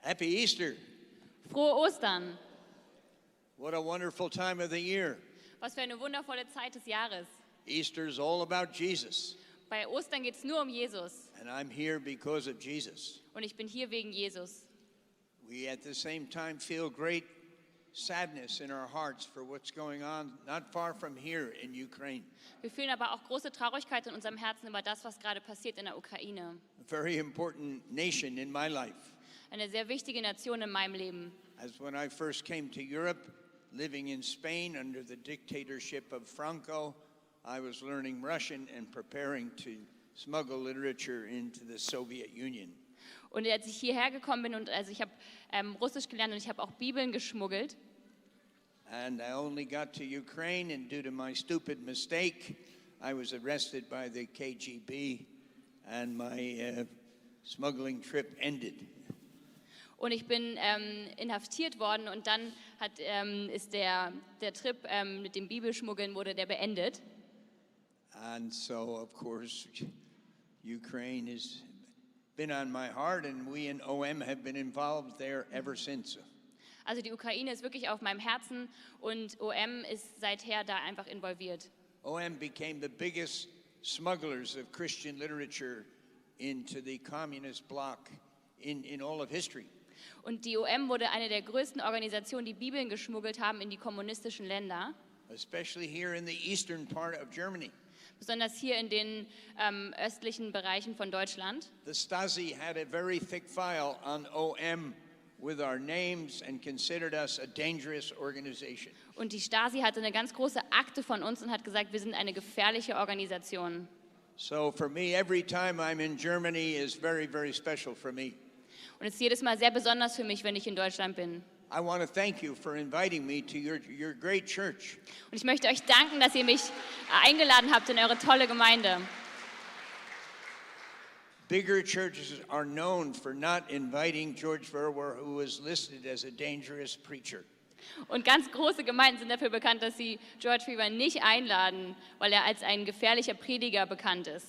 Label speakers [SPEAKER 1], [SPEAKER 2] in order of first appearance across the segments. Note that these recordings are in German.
[SPEAKER 1] Happy Easter.
[SPEAKER 2] Frohe Ostern!
[SPEAKER 1] What a wonderful time of the year.
[SPEAKER 2] Was für eine wundervolle Zeit des Jahres.
[SPEAKER 1] Easter is all about Jesus,
[SPEAKER 2] Bei Ostern geht es nur um Jesus
[SPEAKER 1] and I'm here because of Jesus.
[SPEAKER 2] und ich bin hier wegen Jesus.
[SPEAKER 1] We at the same time feel great sadness in our hearts for what's going on not far from here in Ukraine.
[SPEAKER 2] Wir fühlen aber auch große Traurigkeit in unserem Herzen über das, was gerade passiert in der Ukraine.
[SPEAKER 1] A very important nation in my life.
[SPEAKER 2] Eine sehr wichtige Nation in meinem Leben.
[SPEAKER 1] As when I first came to Europe, living in Spain under the dictatorship of Franco, I was learning Russian and preparing to smuggle literature into the Soviet Union.
[SPEAKER 2] Und als ich hierher gekommen bin und also ich habe ähm, Russisch gelernt und ich habe auch Bibeln geschmuggelt.
[SPEAKER 1] And I only got to Ukraine, and due to my stupid mistake, I was arrested by the KGB, and my uh, smuggling trip ended.
[SPEAKER 2] Und ich bin ähm, inhaftiert worden und dann hat, ähm, ist der, der Trip ähm, mit dem Bibelschmuggeln wurde der beendet.
[SPEAKER 1] And so, of course, Ukraine has been on my heart, and we in OM have been involved there ever since.
[SPEAKER 2] Also die Ukraine ist wirklich auf meinem Herzen und OM ist seither da einfach involviert.
[SPEAKER 1] OM became the biggest smugglers of Christian literature into the communist bloc in, in all of history.
[SPEAKER 2] Und die OM wurde eine der größten Organisationen, die Bibeln geschmuggelt haben in die kommunistischen Länder,
[SPEAKER 1] especially here in the eastern part of Germany.
[SPEAKER 2] besonders hier in den ähm, östlichen Bereichen von Deutschland.
[SPEAKER 1] The Stasi had a very thick file on OM with our names and considered us a dangerous organization.
[SPEAKER 2] Und die Stasi hatte eine ganz große Akte von uns und hat gesagt, wir sind eine gefährliche Organisation.
[SPEAKER 1] So for me, every time I'm in Germany is very, very special for me.
[SPEAKER 2] Und es ist jedes Mal sehr besonders für mich, wenn ich in Deutschland bin.
[SPEAKER 1] I want to thank you for inviting me to your, your great church.
[SPEAKER 2] Und ich möchte euch danken, dass ihr mich eingeladen habt in eure tolle Gemeinde.
[SPEAKER 1] Bigger churches are known for not inviting George Verwer, who was listed as a dangerous preacher.
[SPEAKER 2] Und ganz große Gemeinden sind dafür bekannt, dass sie George Weaver nicht einladen, weil er als ein gefährlicher Prediger bekannt ist.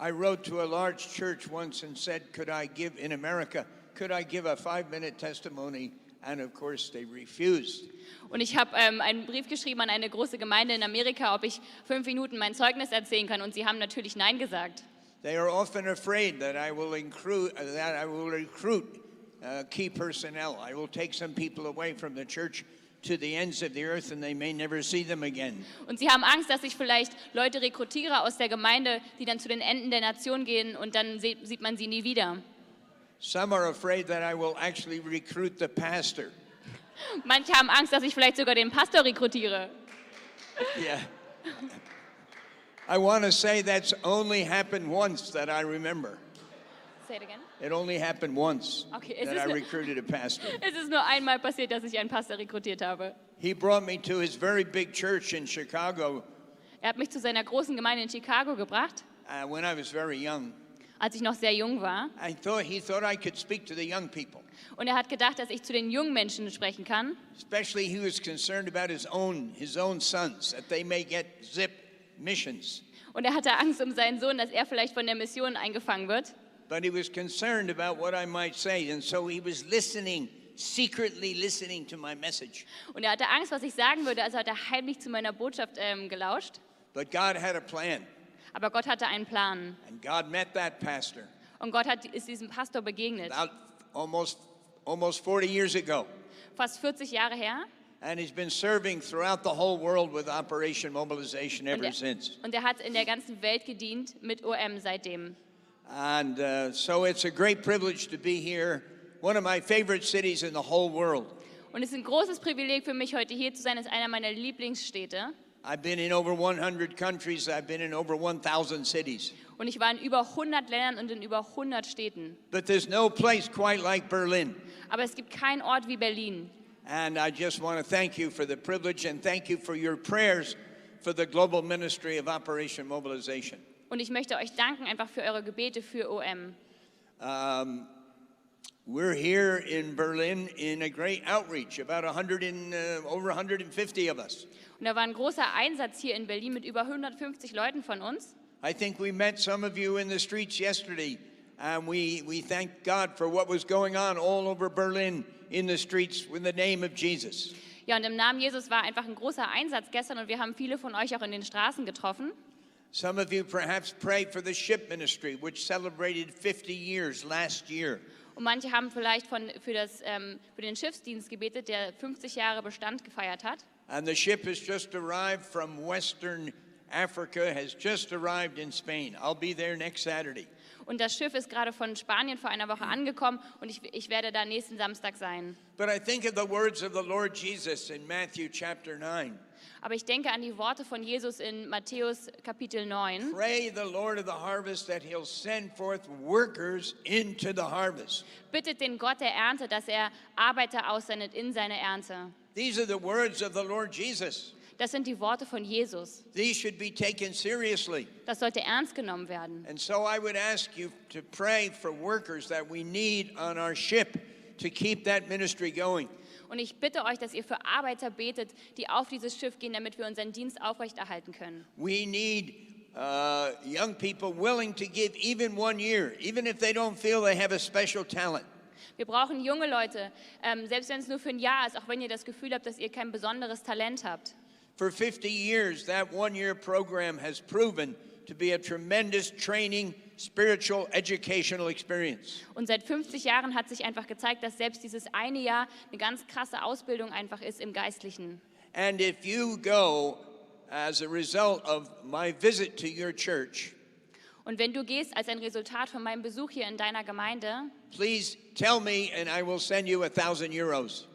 [SPEAKER 1] I wrote to a large church once and said, Could I give in America, could I give a five minute testimony? And of course, they refused.
[SPEAKER 2] Und ich habe ähm, einen Brief geschrieben an eine große Gemeinde in Amerika, ob ich fünf Minuten mein Zeugnis erzählen kann. Und sie haben natürlich Nein gesagt.
[SPEAKER 1] They are often afraid that I will, incru- uh, that I will recruit uh, key personnel. I will take some people away from the church to the ends of the earth and they may never see them again.
[SPEAKER 2] Und sie haben Angst, dass ich vielleicht Leute rekrutiere aus der Gemeinde, die dann zu den Enden der Nation gehen und dann se- sieht man sie nie wieder.
[SPEAKER 1] Some are afraid that I will actually recruit the pastor.
[SPEAKER 2] Manche haben Angst, dass ich vielleicht sogar den Pastor rekrutiere.
[SPEAKER 1] Yeah. I want to say that's only happened once that I remember.
[SPEAKER 2] Say it again.
[SPEAKER 1] It only happened once
[SPEAKER 2] Okay, is
[SPEAKER 1] that
[SPEAKER 2] this
[SPEAKER 1] I
[SPEAKER 2] no-
[SPEAKER 1] recruited a pastor.
[SPEAKER 2] Es ist nur einmal passiert, dass ich einen Pastor rekrutiert habe.
[SPEAKER 1] He brought me to his very big church in Chicago
[SPEAKER 2] Er hat mich zu seiner großen Gemeinde in Chicago gebracht,
[SPEAKER 1] uh, when I was very young.
[SPEAKER 2] als ich noch sehr jung war.
[SPEAKER 1] I thought he thought I could speak to the young people.
[SPEAKER 2] Und er hat gedacht, dass ich zu den jungen Menschen sprechen kann.
[SPEAKER 1] Especially, he was concerned about his own his own sons that they may get zip missions.
[SPEAKER 2] Und er hatte Angst um seinen Sohn, dass er vielleicht von der Mission eingefangen wird.
[SPEAKER 1] But he was concerned about what I might say, and so he was listening secretly, listening to my message.
[SPEAKER 2] Und er hatte Angst, was ich sagen würde, also hat er heimlich zu meiner Botschaft ähm, gelauscht.
[SPEAKER 1] But God had a plan,
[SPEAKER 2] Aber Gott hatte einen Plan.
[SPEAKER 1] and God met that pastor
[SPEAKER 2] Und Gott hat, ist diesem Pastor begegnet.
[SPEAKER 1] about almost almost 40 years ago,
[SPEAKER 2] Fast 40 Jahre her.
[SPEAKER 1] and he's been serving throughout the whole world with Operation Mobilization
[SPEAKER 2] Und
[SPEAKER 1] ever
[SPEAKER 2] er,
[SPEAKER 1] since.
[SPEAKER 2] und er hat in der ganzen Welt gedient mit OM seitdem.
[SPEAKER 1] And uh, so it's a great privilege to be here, one of my favorite cities in the whole world.
[SPEAKER 2] Und es ist ein großes Privileg für mich, heute hier zu sein. Es ist einer meiner Lieblingsstädte.
[SPEAKER 1] I've been in over 100 countries. I've been in over 1,000 cities.
[SPEAKER 2] Und ich war in über 100 Ländern und in über 100 Städten.
[SPEAKER 1] But there's no place quite like Berlin.
[SPEAKER 2] Aber es gibt keinen Ort wie Berlin.
[SPEAKER 1] And I just want to thank you for the privilege and thank you for your prayers for the global ministry of Operation Mobilization.
[SPEAKER 2] Und ich möchte euch danken einfach für eure Gebete für OM.
[SPEAKER 1] Um, we're here in Berlin in a great outreach, about 100 and, uh, over 150 of us.
[SPEAKER 2] Und da war ein großer Einsatz hier in Berlin mit über 150 Leuten von uns.
[SPEAKER 1] I think we met some of you in the streets yesterday And we, we thank God for what was going on all over Berlin in the streets in the name of Jesus.
[SPEAKER 2] Ja, und im Namen Jesus war einfach ein großer Einsatz gestern und wir haben viele von euch auch in den Straßen getroffen.
[SPEAKER 1] Some of you perhaps prayed for the ship ministry, which celebrated 50 years last year.
[SPEAKER 2] Und manche haben vielleicht von, für, das, ähm, für den Schiffsdienst gebetet, der 50 Jahre Bestand gefeiert hat.
[SPEAKER 1] And the ship has just arrived from Western Africa, has just arrived in Spain. I'll be there next Saturday.
[SPEAKER 2] Und das Schiff ist gerade von Spanien vor einer Woche angekommen und ich, ich werde da nächsten Samstag sein.
[SPEAKER 1] But I think of the words of the Lord Jesus in Matthew chapter 9.
[SPEAKER 2] Aber ich denke an die Worte von Jesus in Matthäus Kapitel 9.
[SPEAKER 1] Pray the Lord of the harvest that he'll send forth workers into the harvest.
[SPEAKER 2] Bittet den Gott der Ernte, dass er Arbeiter aussendet in seine Ernte.
[SPEAKER 1] These are the words of the Lord Jesus.
[SPEAKER 2] Das sind die Worte von Jesus.
[SPEAKER 1] These should be taken seriously.
[SPEAKER 2] Das sollte ernst genommen werden.
[SPEAKER 1] And so I would ask you to pray for workers that we need on our ship to keep that ministry going.
[SPEAKER 2] Und ich bitte euch, dass ihr für Arbeiter betet, die auf dieses Schiff gehen, damit wir unseren Dienst aufrechterhalten können.
[SPEAKER 1] We need uh, young people willing to give even one year, even if they don't feel they have a special talent.
[SPEAKER 2] Wir brauchen junge Leute, ähm, selbst wenn es nur für ein Jahr ist, auch wenn ihr das Gefühl habt, dass ihr kein besonderes Talent habt.
[SPEAKER 1] For 50 years, that one year program has proven to be a tremendous training, spiritual, educational experience.
[SPEAKER 2] Und seit 50 Jahren hat sich einfach gezeigt, dass selbst dieses eine Jahr eine ganz krasse Ausbildung einfach ist im Geistlichen.
[SPEAKER 1] And if you go as a result of my visit to your church,
[SPEAKER 2] Und wenn du gehst als ein Resultat von meinem Besuch hier in deiner Gemeinde,
[SPEAKER 1] please tell me and I will send you a thousand euros.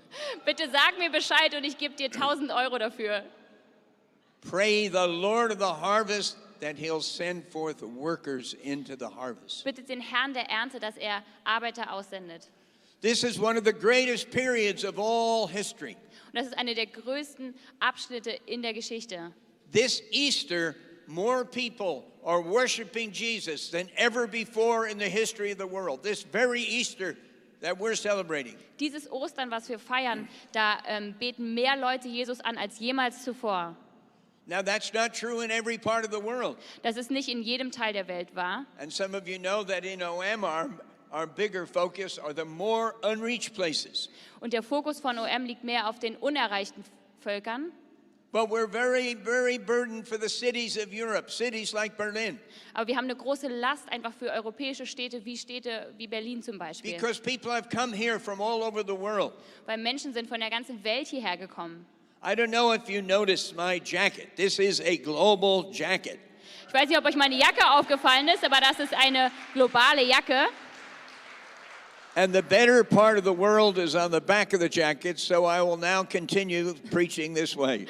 [SPEAKER 2] bitte sag mir Bescheid und ich gebe dir 1000 Euro dafür.
[SPEAKER 1] Pray the Lord of the harvest that he'll send forth workers into the harvest.
[SPEAKER 2] Bittet den Herrn der Ernte, dass er Arbeiter aussendet.
[SPEAKER 1] This is one of the greatest periods of all history.
[SPEAKER 2] Und das ist einer der größten Abschnitte in der Geschichte.
[SPEAKER 1] This Easter, more people are worshiping Jesus than ever before in the history of the world. This very Easter that we're celebrating.
[SPEAKER 2] Dieses Ostern, was wir feiern, da ähm, beten mehr Leute Jesus an als jemals zuvor.
[SPEAKER 1] Now, that's not true in every part of the world.
[SPEAKER 2] Das ist nicht in jedem Teil der Welt wahr.
[SPEAKER 1] And some of you know that in OM, our, our bigger focus are the more unreached places.
[SPEAKER 2] Und der Fokus von OM liegt mehr auf den unerreichten Völkern.
[SPEAKER 1] But we're very, very burdened for the cities of Europe, cities like Berlin,
[SPEAKER 2] Aber wir haben eine große Last einfach für europäische Städte, wie Städte wie Berlin zum Beispiel.
[SPEAKER 1] because people have come here from all over the world.
[SPEAKER 2] Weil Menschen sind von der ganzen Welt hierher gekommen.
[SPEAKER 1] I don't know if you noticed my jacket. This is a global jacket.
[SPEAKER 2] Ich weiß nicht, ob euch meine Jacke aufgefallen ist, aber das ist eine globale Jacke.
[SPEAKER 1] And the better part of the world is on the back of the jacket, so I will now continue preaching this way.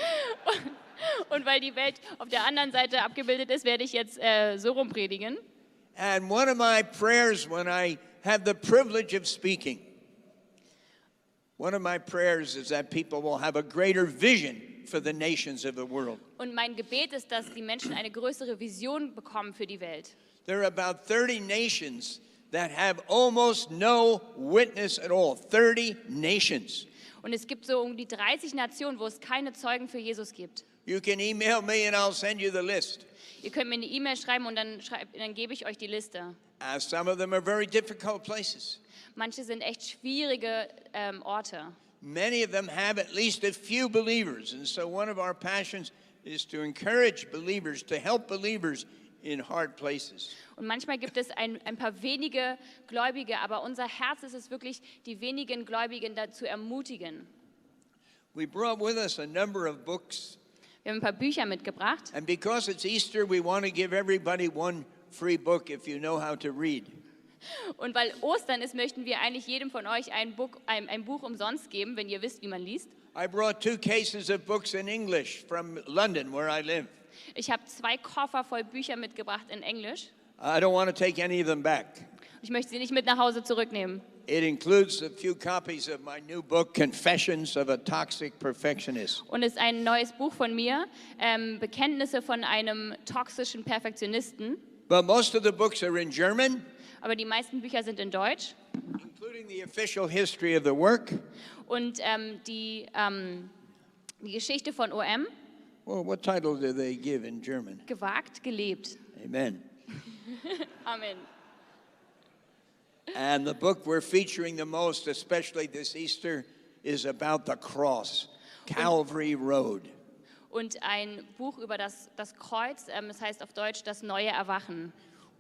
[SPEAKER 2] Und weil die Welt auf der anderen Seite abgebildet ist, werde ich jetzt äh, so rumpredigen.
[SPEAKER 1] And one of my prayers when I have the privilege of speaking, one of my prayers is that people will have a greater vision for the nations of the world.
[SPEAKER 2] Und mein Gebet ist, dass die Menschen eine größere Vision bekommen für die Welt.
[SPEAKER 1] There are about 30 nations that have almost no witness at all. 30 nations.
[SPEAKER 2] Und es gibt so um die 30 Nationen, wo es keine Zeugen für Jesus gibt.
[SPEAKER 1] You can email me and I'll send you the list.
[SPEAKER 2] Ihr könnt mir eine E-Mail schreiben und dann, schreib, dann gebe ich euch die Liste.
[SPEAKER 1] Uh, some of them are very difficult places.
[SPEAKER 2] Manche sind echt schwierige ähm, Orte.
[SPEAKER 1] Many of them have at least a few believers. And so, one of our passions is to encourage believers, to help believers in hard places.
[SPEAKER 2] Und manchmal gibt es ein, ein paar wenige Gläubige, aber unser Herz ist es wirklich, die wenigen Gläubigen dazu ermutigen.
[SPEAKER 1] We brought with us a number of books.
[SPEAKER 2] Wir haben ein paar Bücher mitgebracht.
[SPEAKER 1] And because it's Easter, we want to give everybody one free book if you know how to read.
[SPEAKER 2] Und weil Ostern ist, möchten wir eigentlich jedem von euch ein Buch, ein, ein Buch umsonst geben, wenn ihr wisst, wie man liest.
[SPEAKER 1] I brought two cases of books in English from London, where I live.
[SPEAKER 2] Ich habe zwei Koffer voll Bücher mitgebracht in Englisch.
[SPEAKER 1] I don't want to take any of them back.
[SPEAKER 2] Ich möchte sie nicht mit nach Hause zurücknehmen.
[SPEAKER 1] It includes a few copies of my new book, Confessions of a Toxic Perfectionist.
[SPEAKER 2] Und es ist ein neues Buch von mir, ähm, Bekenntnisse von einem toxischen Perfektionisten.
[SPEAKER 1] But most of the books are in German,
[SPEAKER 2] Aber die meisten Bücher sind in Deutsch.
[SPEAKER 1] including the official history of the work.
[SPEAKER 2] Und ähm, die, ähm, die Geschichte von OM,
[SPEAKER 1] Well, what title do they give in German?
[SPEAKER 2] gewagt, gelebt.
[SPEAKER 1] Amen.
[SPEAKER 2] Amen.
[SPEAKER 1] And the book we're featuring the most, especially this Easter, is about the cross, Calvary Road.
[SPEAKER 2] Und ein Buch über das, das Kreuz, ähm, es heißt auf Deutsch Das neue Erwachen.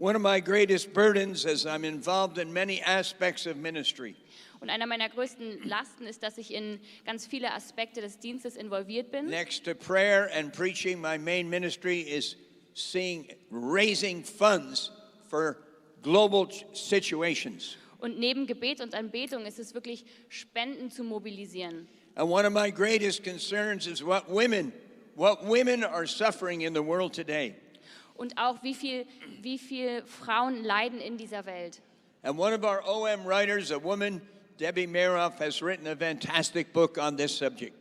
[SPEAKER 1] One of my greatest burdens as I'm involved in many aspects of ministry
[SPEAKER 2] Und einer meiner größten Lasten ist, dass ich in ganz viele Aspekte des Dienstes involviert bin.
[SPEAKER 1] Next to prayer and preaching, my main ministry is seeing raising funds for global ch- situations.
[SPEAKER 2] Und neben Gebet und Anbetung ist es wirklich, Spenden zu mobilisieren.
[SPEAKER 1] And one of my greatest concerns is what women, what women are suffering in the world today.
[SPEAKER 2] Und auch, wie viel, wie viel Frauen leiden in dieser Welt.
[SPEAKER 1] And one of our OM writers, a woman, Debbie Maroff, has written a fantastic book on this subject.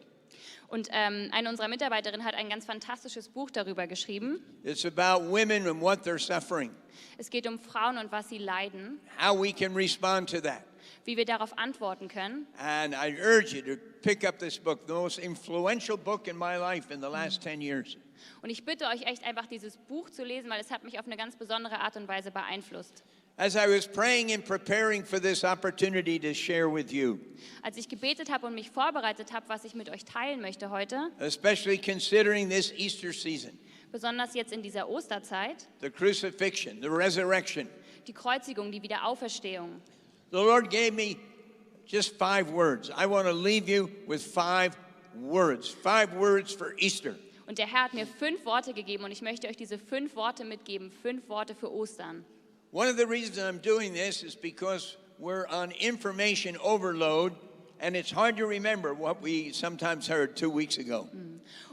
[SPEAKER 2] Und ähm, eine unserer Mitarbeiterinnen hat ein ganz fantastisches Buch darüber geschrieben.
[SPEAKER 1] It's about women and what they're suffering,
[SPEAKER 2] Es geht um Frauen und was sie leiden,
[SPEAKER 1] how we can respond to that.
[SPEAKER 2] wie wir darauf antworten können.
[SPEAKER 1] And I urge you to pick up this book, the most influential book in my life in the last 10 years.
[SPEAKER 2] Und ich bitte euch echt einfach, dieses Buch zu lesen, weil es hat mich auf eine ganz besondere Art und Weise beeinflusst.
[SPEAKER 1] As I was praying and preparing for this opportunity to share with you,
[SPEAKER 2] Als ich gebetet habe und mich vorbereitet habe, was ich mit euch teilen möchte heute,
[SPEAKER 1] especially considering this Easter season,
[SPEAKER 2] besonders jetzt in dieser Osterzeit,
[SPEAKER 1] the crucifixion, the resurrection,
[SPEAKER 2] die Kreuzigung, die Wiederauferstehung,
[SPEAKER 1] the Lord gave me just five words. I want to leave you with five words, five words for Easter.
[SPEAKER 2] Und der Herr hat mir fünf Worte gegeben und ich möchte euch diese fünf Worte mitgeben, fünf Worte für Ostern.
[SPEAKER 1] One of the reasons I'm doing this is because we're on information overload and it's hard to remember what we sometimes heard two weeks ago.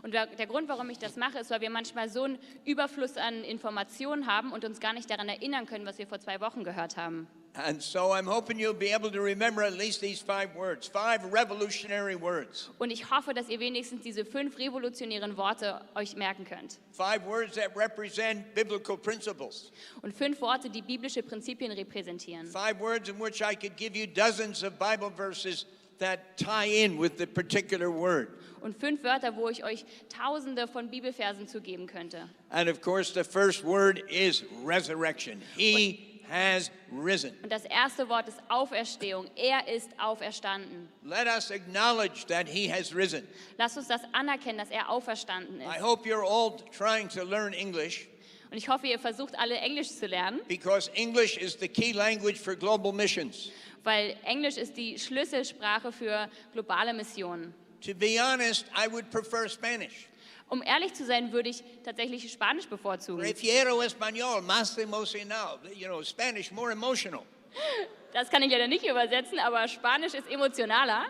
[SPEAKER 2] Und der der Grund, warum ich das mache, ist, weil wir manchmal so einen Überfluss an Informationen haben und uns gar nicht daran erinnern können, was wir vor zwei Wochen gehört haben.
[SPEAKER 1] And so I'm hoping you'll be able to remember at least these five words, five revolutionary words,
[SPEAKER 2] Und ich hoffe, dass ihr wenigstens diese fünf revolutionären Worte euch merken könnt.
[SPEAKER 1] five words that represent biblical principles,
[SPEAKER 2] Und fünf Worte, die biblische Prinzipien repräsentieren.
[SPEAKER 1] five words in which I could give you dozens of Bible verses that tie in with the particular word.
[SPEAKER 2] Und fünf Wörter, wo ich euch tausende von Bibelversen zugeben könnte.
[SPEAKER 1] And of course, the first word is resurrection. He has risen.
[SPEAKER 2] Und das erste Wort ist Auferstehung. Er ist auferstanden.
[SPEAKER 1] Let us acknowledge that he has risen.
[SPEAKER 2] Lasst uns das anerkennen, dass er auferstanden
[SPEAKER 1] I
[SPEAKER 2] ist.
[SPEAKER 1] hope you're all trying to learn English
[SPEAKER 2] Und ich hoffe, ihr versucht alle Englisch zu lernen,
[SPEAKER 1] because English is the key language for global missions.
[SPEAKER 2] weil Englisch ist die Schlüsselsprache für globale Missionen.
[SPEAKER 1] To be honest, I would prefer Spanish.
[SPEAKER 2] Um ehrlich zu sein, würde ich tatsächlich Spanisch bevorzugen.
[SPEAKER 1] Prefiero español, más emocionado. You know, Spanish, more emotional.
[SPEAKER 2] Das kann ich leider nicht übersetzen, aber Spanisch ist emotionaler,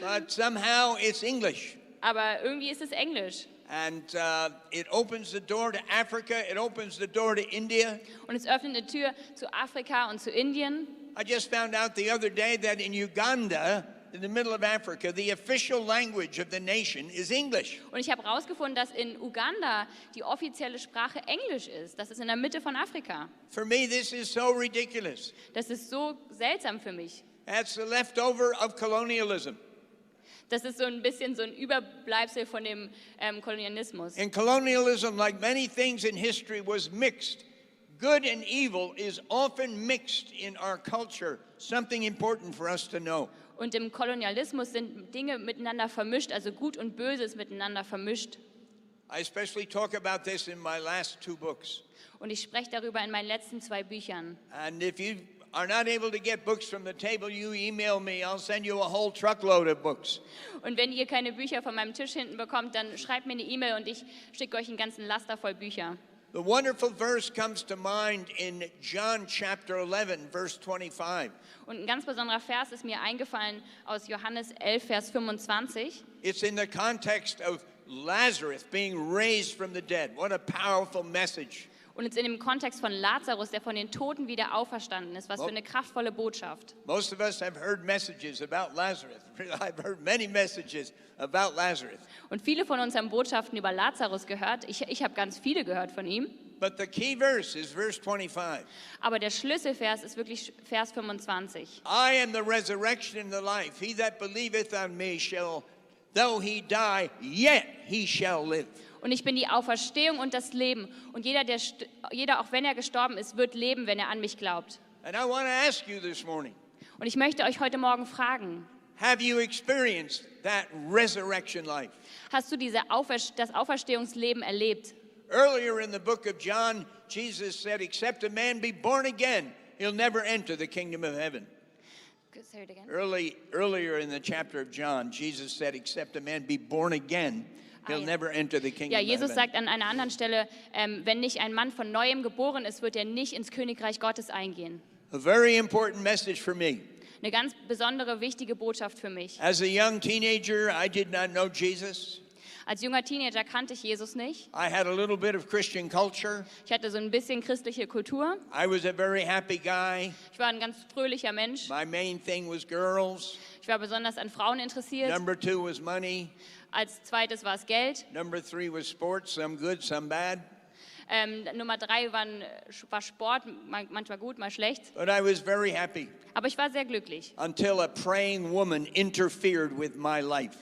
[SPEAKER 1] But somehow it's English.
[SPEAKER 2] aber irgendwie ist es Englisch.
[SPEAKER 1] And uh, it opens the door to Africa, it opens the door to India.
[SPEAKER 2] Und es öffnet eine Tür zu Afrika und zu Indien.
[SPEAKER 1] I just found out the other day that in Uganda, in the middle of Africa, the official language of the nation is English.
[SPEAKER 2] Und ich habe herausgefunden, dass in Uganda die offizielle Sprache Englisch ist. Das ist in der Mitte von Afrika.
[SPEAKER 1] For me, this is so ridiculous.
[SPEAKER 2] Das ist so seltsam für mich.
[SPEAKER 1] That's the leftover of colonialism.
[SPEAKER 2] Das ist so ein bisschen so ein Überbleibsel von dem ähm, Kolonialismus.
[SPEAKER 1] And colonialism, like many things in history, was mixed. Good and evil is often mixed in our culture, something important for us to know.
[SPEAKER 2] Und im Kolonialismus sind Dinge miteinander vermischt, also Gut und Böse ist miteinander vermischt.
[SPEAKER 1] I especially talk about this in my last two books.
[SPEAKER 2] Und ich spreche darüber in meinen letzten zwei Büchern.
[SPEAKER 1] And if you are not able to get books from the table, you email me. I'll send you a whole truckload of books.
[SPEAKER 2] Und wenn ihr keine Bücher von meinem Tisch hinten bekommt, dann schreibt mir eine E-Mail und ich schicke euch einen ganzen Laster voll Bücher.
[SPEAKER 1] The wonderful verse comes to mind in John chapter 11, verse 25.
[SPEAKER 2] Und ein ganz besonderer Vers ist mir eingefallen aus Johannes 11, Vers 25.
[SPEAKER 1] It's in the context of Lazarus being raised from the dead. What a powerful message.
[SPEAKER 2] Und jetzt in dem Kontext von Lazarus, der von den Toten wieder auferstanden ist. Was für eine kraftvolle Botschaft.
[SPEAKER 1] Most of us have heard messages about Lazarus. I've heard many messages about Lazarus.
[SPEAKER 2] Und viele von uns haben Botschaften über Lazarus gehört. Ich, ich habe ganz viele gehört von ihm.
[SPEAKER 1] But the key verse is verse 25.
[SPEAKER 2] Aber der Schlüsselvers ist wirklich Vers 25.
[SPEAKER 1] I am the resurrection and the life. He that believeth on me shall, though he die, yet he shall live.
[SPEAKER 2] Und ich bin die Auferstehung und das Leben. Und jeder, der, st- jeder, auch wenn er gestorben ist, wird leben, wenn er an mich glaubt.
[SPEAKER 1] And I want to ask you this morning
[SPEAKER 2] Und ich möchte euch heute Morgen fragen,
[SPEAKER 1] have you experienced that resurrection life?
[SPEAKER 2] hast du diese Auferst das Auferstehungsleben erlebt?
[SPEAKER 1] Earlier in the book of John, Jesus said, Except a man be born again, he'll never enter the kingdom of heaven. Early, earlier in the chapter of John, Jesus said, Except a man be born again, he'll
[SPEAKER 2] Ah, ja.
[SPEAKER 1] never enter the
[SPEAKER 2] Ja,
[SPEAKER 1] kingdom of
[SPEAKER 2] Jesus
[SPEAKER 1] heaven.
[SPEAKER 2] sagt an einer anderen Stelle, ähm, wenn nicht ein Mann von neuem geboren ist, wird er nicht ins Königreich Gottes eingehen.
[SPEAKER 1] A very important message for me.
[SPEAKER 2] Eine ganz besondere, wichtige Botschaft für mich.
[SPEAKER 1] As a young teenager, I did not know Jesus.
[SPEAKER 2] Als junger Teenager kannte ich Jesus nicht.
[SPEAKER 1] I had a little bit of Christian culture.
[SPEAKER 2] Ich hatte so ein bisschen christliche Kultur.
[SPEAKER 1] I was a very happy guy.
[SPEAKER 2] Ich war ein ganz fröhlicher Mensch.
[SPEAKER 1] My main thing was girls.
[SPEAKER 2] Ich war besonders an Frauen interessiert.
[SPEAKER 1] Number two was money.
[SPEAKER 2] Als zweites war es Geld.
[SPEAKER 1] Number three was sports, some good, some bad.
[SPEAKER 2] Ähm, Nummer drei waren, war Sport, man- manchmal gut, mal schlecht.
[SPEAKER 1] But I was very happy
[SPEAKER 2] Aber ich war sehr glücklich.
[SPEAKER 1] until a praying woman interfered with my life.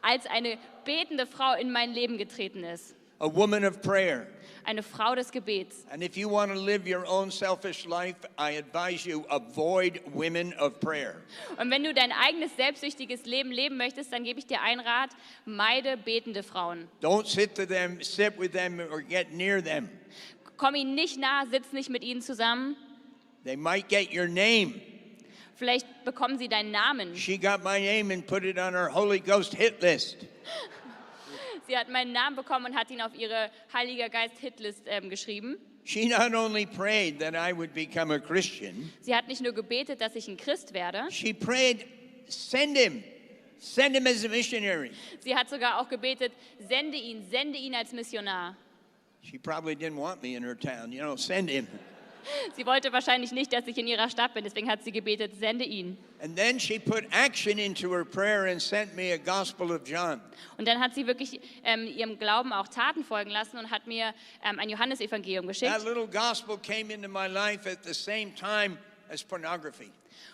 [SPEAKER 2] Als eine betende Frau in mein Leben getreten ist.
[SPEAKER 1] A woman of prayer.
[SPEAKER 2] Eine Frau des Gebets.
[SPEAKER 1] And if you want to live your own selfish life, I advise you avoid women of prayer.
[SPEAKER 2] Und wenn du dein eigenes selbstsüchtiges Leben leben möchtest, dann gebe ich dir einen Rat, meide betende Frauen.
[SPEAKER 1] Don't sit to them, sit with them, or get near them.
[SPEAKER 2] Komm ihnen nicht nah, sitz nicht mit ihnen zusammen.
[SPEAKER 1] They might get your name.
[SPEAKER 2] Vielleicht bekommen sie deinen Namen.
[SPEAKER 1] She got my name and put it on her Holy Ghost hit list.
[SPEAKER 2] Sie hat meinen Namen bekommen und hat ihn auf ihre Heiliger Geist-Hitlist ähm, geschrieben.
[SPEAKER 1] She not only prayed that I would become a Christian,
[SPEAKER 2] Sie hat nicht nur gebetet, dass ich ein Christ werde,
[SPEAKER 1] she prayed, send him, send him as a missionary.
[SPEAKER 2] sie hat sogar auch gebetet, sende ihn, sende ihn als Missionar.
[SPEAKER 1] She probably didn't want me in her town, you know, send him.
[SPEAKER 2] Sie wollte wahrscheinlich nicht, dass ich in ihrer Stadt bin, deswegen hat sie gebetet, sende ihn.
[SPEAKER 1] And then she put action into her prayer and sent me a Gospel of John.
[SPEAKER 2] Und dann hat sie wirklich ähm, ihrem Glauben auch Taten folgen lassen und hat mir ähm, ein Johannesevangelium
[SPEAKER 1] That
[SPEAKER 2] geschickt.
[SPEAKER 1] little gospel came into my life at the same time as pornography.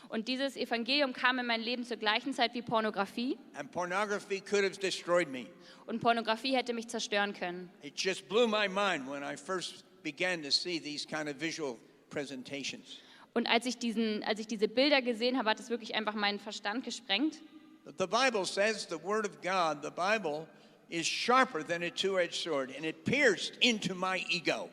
[SPEAKER 2] Und dieses Evangelium kam in mein Leben zur gleichen Zeit wie Pornografie.
[SPEAKER 1] And pornography could have destroyed me.
[SPEAKER 2] Und Pornografie hätte mich zerstören können.
[SPEAKER 1] It just blew my mind when I first began to see these kind of visual presentations.
[SPEAKER 2] Und als ich, diesen, als ich diese Bilder gesehen habe, hat es wirklich einfach meinen Verstand gesprengt.
[SPEAKER 1] But the Bible says the Word of God, the Bible, is sharper than a two edged sword, and it pierced into my ego.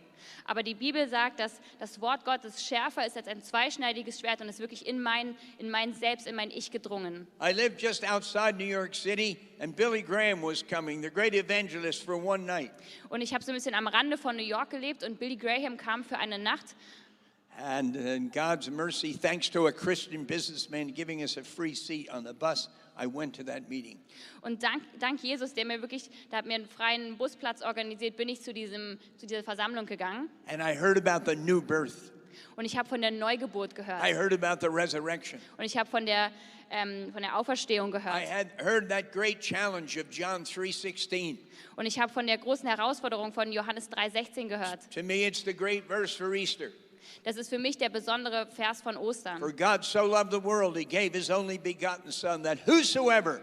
[SPEAKER 2] Aber die Bibel sagt, dass das Wort Gottes schärfer ist als ein zweischneidiges Schwert und ist wirklich in mein, in mein Selbst, in mein Ich gedrungen.
[SPEAKER 1] I lived just outside New York City, and Billy Graham was coming, the great evangelist, for one night.
[SPEAKER 2] Und ich habe so ein bisschen am Rande von New York gelebt und Billy Graham kam für eine Nacht.
[SPEAKER 1] And in God's mercy, thanks to a Christian businessman giving us a free seat on the bus, I went to that meeting.
[SPEAKER 2] Und dank, dank Jesus, der mir wirklich, der hat mir einen freien Busplatz organisiert, bin ich zu, diesem, zu dieser Versammlung gegangen.
[SPEAKER 1] And I heard about the new birth,
[SPEAKER 2] Und ich habe von der Neugeburt
[SPEAKER 1] I
[SPEAKER 2] gehört.
[SPEAKER 1] heard about the resurrection.
[SPEAKER 2] Und ich habe von, der, ähm, von der Auferstehung
[SPEAKER 1] I
[SPEAKER 2] gehört.
[SPEAKER 1] had heard that great challenge of John 3:16.
[SPEAKER 2] Und ich habe von der großen Herausforderung von Johannes 3,16 gehört.
[SPEAKER 1] To me it's the great verse for Easter.
[SPEAKER 2] Das ist für mich der besondere Vers von Ostern.
[SPEAKER 1] For God so loved the world he gave his only begotten son that whosoever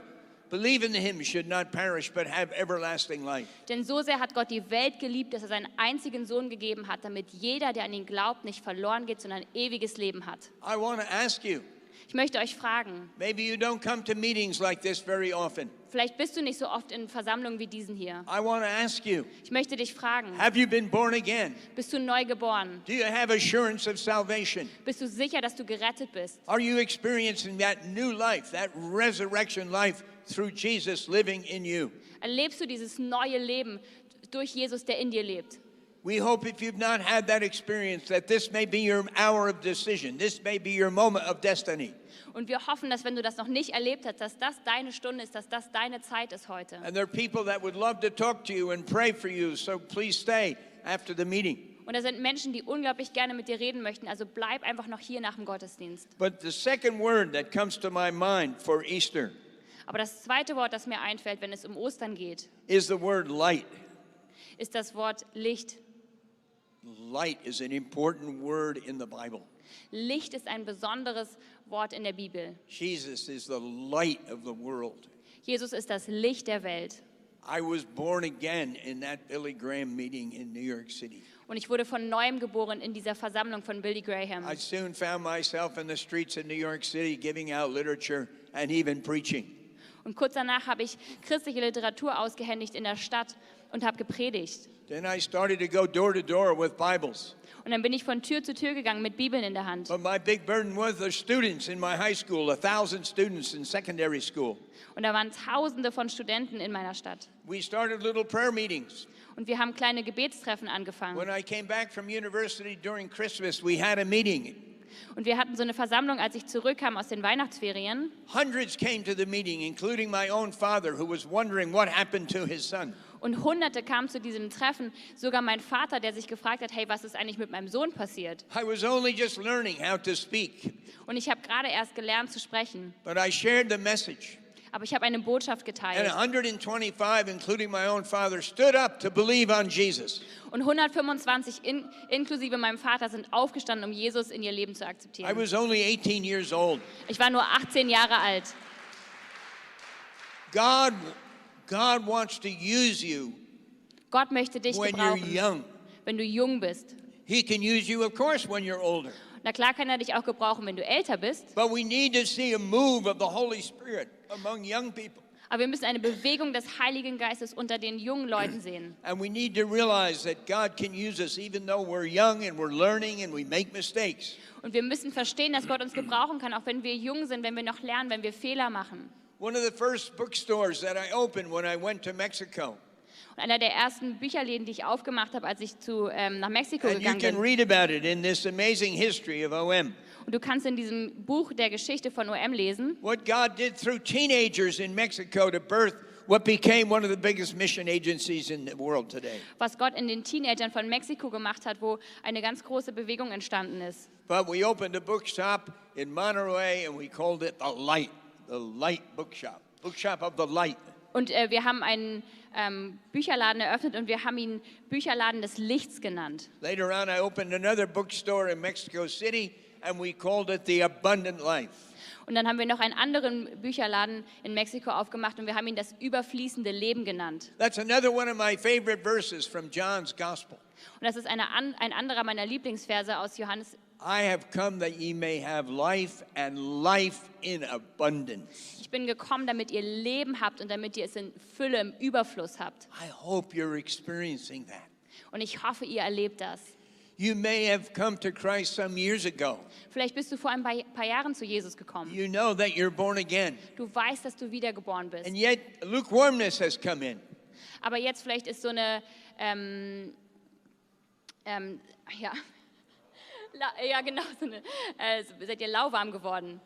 [SPEAKER 1] believe in him should not perish but have everlasting life.
[SPEAKER 2] Denn so sehr hat Gott die Welt geliebt, dass er seinen einzigen Sohn gegeben hat, damit jeder, der an ihn glaubt, nicht verloren geht, sondern ewiges Leben hat.
[SPEAKER 1] I want to ask you,
[SPEAKER 2] Ich möchte euch fragen,
[SPEAKER 1] maybe you don't come to meetings like this very often.
[SPEAKER 2] vielleicht bist du nicht so oft in Versammlungen wie diesen hier.
[SPEAKER 1] I want to ask you,
[SPEAKER 2] Ich möchte dich fragen,
[SPEAKER 1] have you been born again?
[SPEAKER 2] bist du neu geboren?
[SPEAKER 1] Do you have assurance of salvation?
[SPEAKER 2] Bist du sicher, dass du gerettet bist?
[SPEAKER 1] Are you experiencing that new life, that resurrection life through Jesus living in you?
[SPEAKER 2] Erlebst du dieses neue Leben durch Jesus, der in dir lebt?
[SPEAKER 1] We hope if you've not had that experience that this may be your hour of decision. This may be your moment of destiny.
[SPEAKER 2] Und wir hoffen, dass wenn du das noch nicht erlebt hast, dass das deine Stunde ist, dass das deine Zeit ist heute.
[SPEAKER 1] And there are people that would love to talk to you and pray for you, so please stay after the meeting.
[SPEAKER 2] Und da sind Menschen, die unglaublich gerne mit dir reden möchten. Also bleib einfach noch hier nach dem Gottesdienst.
[SPEAKER 1] But the second word that comes to my mind for Easter
[SPEAKER 2] Aber das zweite Wort, das mir einfällt, wenn es um Ostern geht,
[SPEAKER 1] is the word light.
[SPEAKER 2] ist das Wort Licht.
[SPEAKER 1] Light is an important word in the Bible.
[SPEAKER 2] Licht ist ein besonderes Wort in der Bibel.
[SPEAKER 1] Jesus is the light of the world.
[SPEAKER 2] Jesus ist das Licht der Welt.
[SPEAKER 1] I was born again in that Billy Graham meeting in New York City.
[SPEAKER 2] Und ich wurde von neuem geboren in dieser Versammlung von Billy Graham.
[SPEAKER 1] I soon found myself in the streets of New York City giving out literature and even preaching.
[SPEAKER 2] Und kurz danach habe ich christliche Literatur ausgehändigt in der Stadt und habe gepredigt.
[SPEAKER 1] Then I started to go door to door with Bibles.
[SPEAKER 2] Und dann bin ich von Tür zu Tür gegangen mit Bibeln in der Hand.
[SPEAKER 1] But my big burden was the students in my high school, a thousand students in secondary school.
[SPEAKER 2] Und da waren Tausende von Studenten in meiner Stadt.
[SPEAKER 1] We started little prayer meetings.
[SPEAKER 2] Und wir haben kleine Gebetstreffen angefangen.
[SPEAKER 1] When I came back from university during Christmas, we had a meeting.
[SPEAKER 2] Und wir hatten so eine Versammlung, als ich zurückkam aus den Weihnachtsferien.
[SPEAKER 1] Hundreds came to the meeting, including my own father, who was wondering what happened to his son.
[SPEAKER 2] Und Hunderte kamen zu diesem Treffen. Sogar mein Vater, der sich gefragt hat, hey, was ist eigentlich mit meinem Sohn passiert?
[SPEAKER 1] I was only just learning how to speak,
[SPEAKER 2] Und ich habe gerade erst gelernt zu sprechen.
[SPEAKER 1] but I shared the message.
[SPEAKER 2] Aber ich habe eine Botschaft
[SPEAKER 1] And
[SPEAKER 2] geteilt.
[SPEAKER 1] 125, including my own father, stood up to believe on Jesus.
[SPEAKER 2] Und 125 in, inklusive meinem Vater sind aufgestanden, um Jesus in ihr Leben zu
[SPEAKER 1] I
[SPEAKER 2] akzeptieren.
[SPEAKER 1] was only 18 years old.
[SPEAKER 2] Ich war nur 18 Jahre alt.
[SPEAKER 1] God, God wants to use you
[SPEAKER 2] Gott möchte dich
[SPEAKER 1] when you're
[SPEAKER 2] gebrauchen,
[SPEAKER 1] young.
[SPEAKER 2] wenn du jung bist.
[SPEAKER 1] He can use you, of course, when you're older.
[SPEAKER 2] Na klar kann er dich auch gebrauchen, wenn du älter bist.
[SPEAKER 1] But we need to see a move of the Holy Spirit among young people.
[SPEAKER 2] Aber wir müssen eine Bewegung des Heiligen Geistes unter den jungen Leuten sehen.
[SPEAKER 1] And we need to realize that God can use us even though we're young and we're learning and we make mistakes.
[SPEAKER 2] Und wir müssen verstehen, dass Gott uns gebrauchen kann, auch wenn wir jung sind, wenn wir noch lernen, wenn wir Fehler machen.
[SPEAKER 1] One of the first bookstores that I opened when I went to Mexico,
[SPEAKER 2] Und einer der ersten Bücherläden, die ich aufgemacht habe, als ich zu, ähm, nach Mexiko
[SPEAKER 1] and you
[SPEAKER 2] gegangen bin.
[SPEAKER 1] can read about it in this amazing history of OM.
[SPEAKER 2] Und du kannst in diesem Buch der Geschichte von OM lesen,
[SPEAKER 1] What God did through teenagers in Mexico to birth what became one of the biggest mission agencies in the world today.
[SPEAKER 2] was Gott in den Teenagern von Mexiko gemacht hat, wo eine ganz große Bewegung entstanden ist.
[SPEAKER 1] But we opened a bookshop in Monterey and we called it The Light, The Light Bookshop, Bookshop of the Light.
[SPEAKER 2] Und äh, wir haben einen ähm, Bücherladen eröffnet und wir haben ihn Bücherladen des Lichts genannt.
[SPEAKER 1] Later on, I opened another bookstore in Mexico City and we called it The Abundant Life.
[SPEAKER 2] Und dann haben wir noch einen anderen Bücherladen in Mexiko aufgemacht und wir haben ihn das überfließende Leben genannt.
[SPEAKER 1] That's another one of my favorite verses from John's Gospel.
[SPEAKER 2] Und das ist eine, an- ein anderer meiner Lieblingsverse aus Johannes.
[SPEAKER 1] I have come that ye may have life and life in abundance.
[SPEAKER 2] Ich bin gekommen, damit ihr Leben habt und damit ihr es in Fülle, im Überfluss habt.
[SPEAKER 1] I hope you're experiencing that.
[SPEAKER 2] Und ich hoffe, ihr erlebt das.
[SPEAKER 1] You may have come to Christ some years ago.
[SPEAKER 2] Vielleicht bist du vor ein paar paar Jahren zu Jesus gekommen.
[SPEAKER 1] You know that you're born again.
[SPEAKER 2] Du weißt, dass du wiedergeboren bist.
[SPEAKER 1] And yet, lukewarmness has come in.
[SPEAKER 2] Aber jetzt vielleicht ist so eine, ähm, ähm, ja, La ja genau, so eine, äh, seid ihr lauwarm geworden.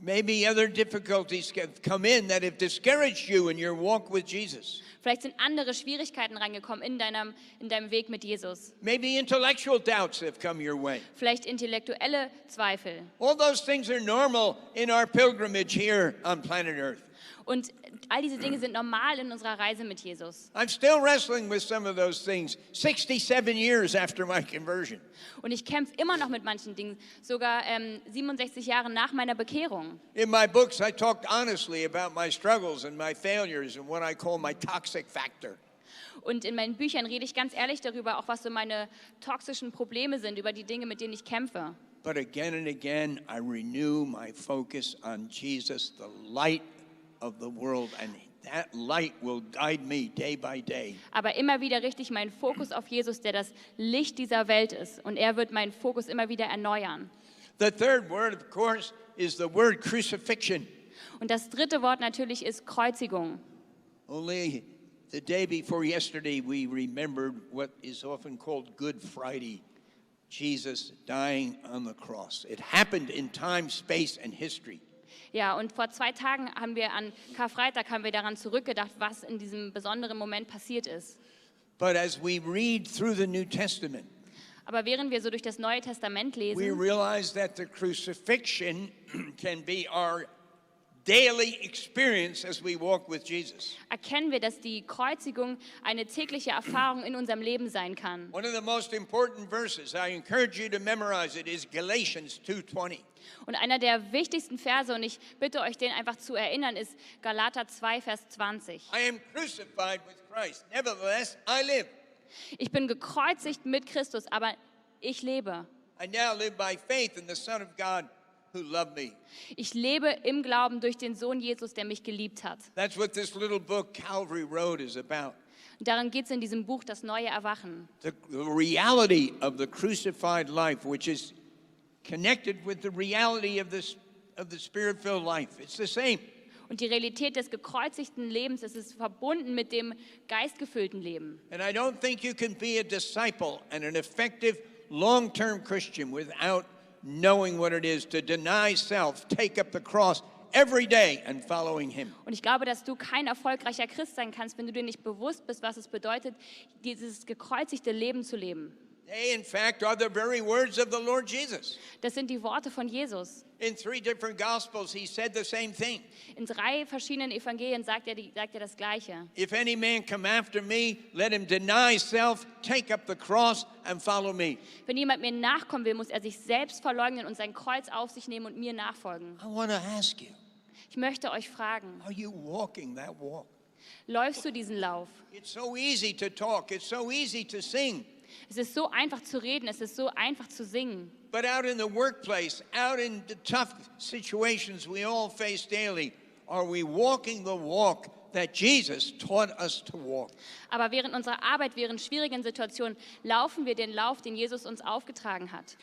[SPEAKER 1] Maybe other difficulties have come in that have discouraged you in your walk with Jesus.
[SPEAKER 2] Vielleicht sind andere Schwierigkeiten reingekommen in deinem, in deinem Weg mit Jesus.
[SPEAKER 1] Maybe intellectual doubts have come your way.
[SPEAKER 2] Vielleicht intellektuelle Zweifel.
[SPEAKER 1] All those things are normal in our pilgrimage here on planet Earth.
[SPEAKER 2] Und all diese Dinge sind normal in unserer Reise mit Jesus.
[SPEAKER 1] I'm still wrestling with some of those things 67 years after my conversion.
[SPEAKER 2] Und ich kämpfe immer noch mit manchen Dingen, sogar ähm, 67 Jahre nach meiner Bekehrung.
[SPEAKER 1] In my books, I talked honestly about my struggles and my failures and what I call my toxic factor.
[SPEAKER 2] Und in meinen Büchern rede ich ganz ehrlich darüber, auch was so meine toxischen Probleme sind, über die Dinge, mit denen ich kämpfe.
[SPEAKER 1] But again and again, I renew my focus on Jesus, the light of the world, and that light will guide me day by day.
[SPEAKER 2] Aber immer wieder richte ich meinen Fokus auf Jesus, der das Licht dieser Welt ist. Und er wird meinen Fokus immer wieder erneuern.
[SPEAKER 1] The third word, of course, is the word crucifixion.
[SPEAKER 2] Und das dritte Wort natürlich ist Kreuzigung.
[SPEAKER 1] Only the day before yesterday, we remembered what is often called Good Friday Jesus dying on the cross. It happened in time, space, and history.
[SPEAKER 2] Ja, und vor zwei Tagen haben wir an Karfreitag haben wir daran zurückgedacht, was in diesem besonderen Moment passiert ist.
[SPEAKER 1] But as we read through the New Testament,
[SPEAKER 2] Aber während wir so durch das Neue Testament
[SPEAKER 1] we
[SPEAKER 2] lesen,
[SPEAKER 1] realize that the crucifixion can be our daily experience as we walk with Jesus.
[SPEAKER 2] erkennen wir, dass die Kreuzigung eine tägliche Erfahrung in unserem Leben sein kann.
[SPEAKER 1] One of the most important verses, I encourage you to memorize it, is Galatians 2:20.
[SPEAKER 2] Und einer der wichtigsten Verse, und ich bitte euch, den einfach zu erinnern, ist Galater 2, Vers 20.
[SPEAKER 1] I am crucified with Christ. Nevertheless, I live,
[SPEAKER 2] Ich bin gekreuzigt mit Christus, aber ich lebe.
[SPEAKER 1] I now live by faith in the Son of God who loved me.
[SPEAKER 2] Ich lebe im Glauben durch den Sohn Jesus, der mich geliebt hat.
[SPEAKER 1] That's what this little book, Calvary Road, is about.
[SPEAKER 2] Und darum geht es in diesem Buch, das neue Erwachen.
[SPEAKER 1] The, the reality of the crucified life, which is connected with the reality of this of the spirit-filled life. It's the same.
[SPEAKER 2] Und die Realität des gekreuzigten Lebens, es ist verbunden mit dem geistgefüllten Leben.
[SPEAKER 1] And I don't think you can be a disciple and an effective long term Christian without knowing what it is to deny self, take up the cross every day, and following Him.
[SPEAKER 2] Und ich glaube, dass du kein erfolgreicher Christ sein kannst, wenn du dir nicht bewusst bist, was es bedeutet, dieses gekreuzigte Leben zu leben.
[SPEAKER 1] They, in fact, are the very words of the Lord Jesus.
[SPEAKER 2] Das sind die Worte von Jesus.
[SPEAKER 1] In three different Gospels, He said the same thing
[SPEAKER 2] In drei verschiedenen Evangelien sagt er, die, sagt er das Gleiche.
[SPEAKER 1] If any man come after me, let him deny self, take up the cross, and follow me.
[SPEAKER 2] Wenn jemand mir nachkommen will, muss er sich selbst verleugnen und sein Kreuz auf sich nehmen und mir nachfolgen.
[SPEAKER 1] I want to ask you
[SPEAKER 2] Ich möchte euch fragen,
[SPEAKER 1] are you walking that walk?
[SPEAKER 2] läufst du diesen Lauf?
[SPEAKER 1] It's so easy to talk, it's so easy to sing.
[SPEAKER 2] Es ist so einfach zu reden, es ist so einfach zu singen.
[SPEAKER 1] But out in the workplace, out in the tough situations we all face daily, are we walking the walk that Jesus taught us to walk?
[SPEAKER 2] Aber während unserer Arbeit, während schwierigen Situationen, laufen wir den Lauf, den Jesus uns aufgetragen hat.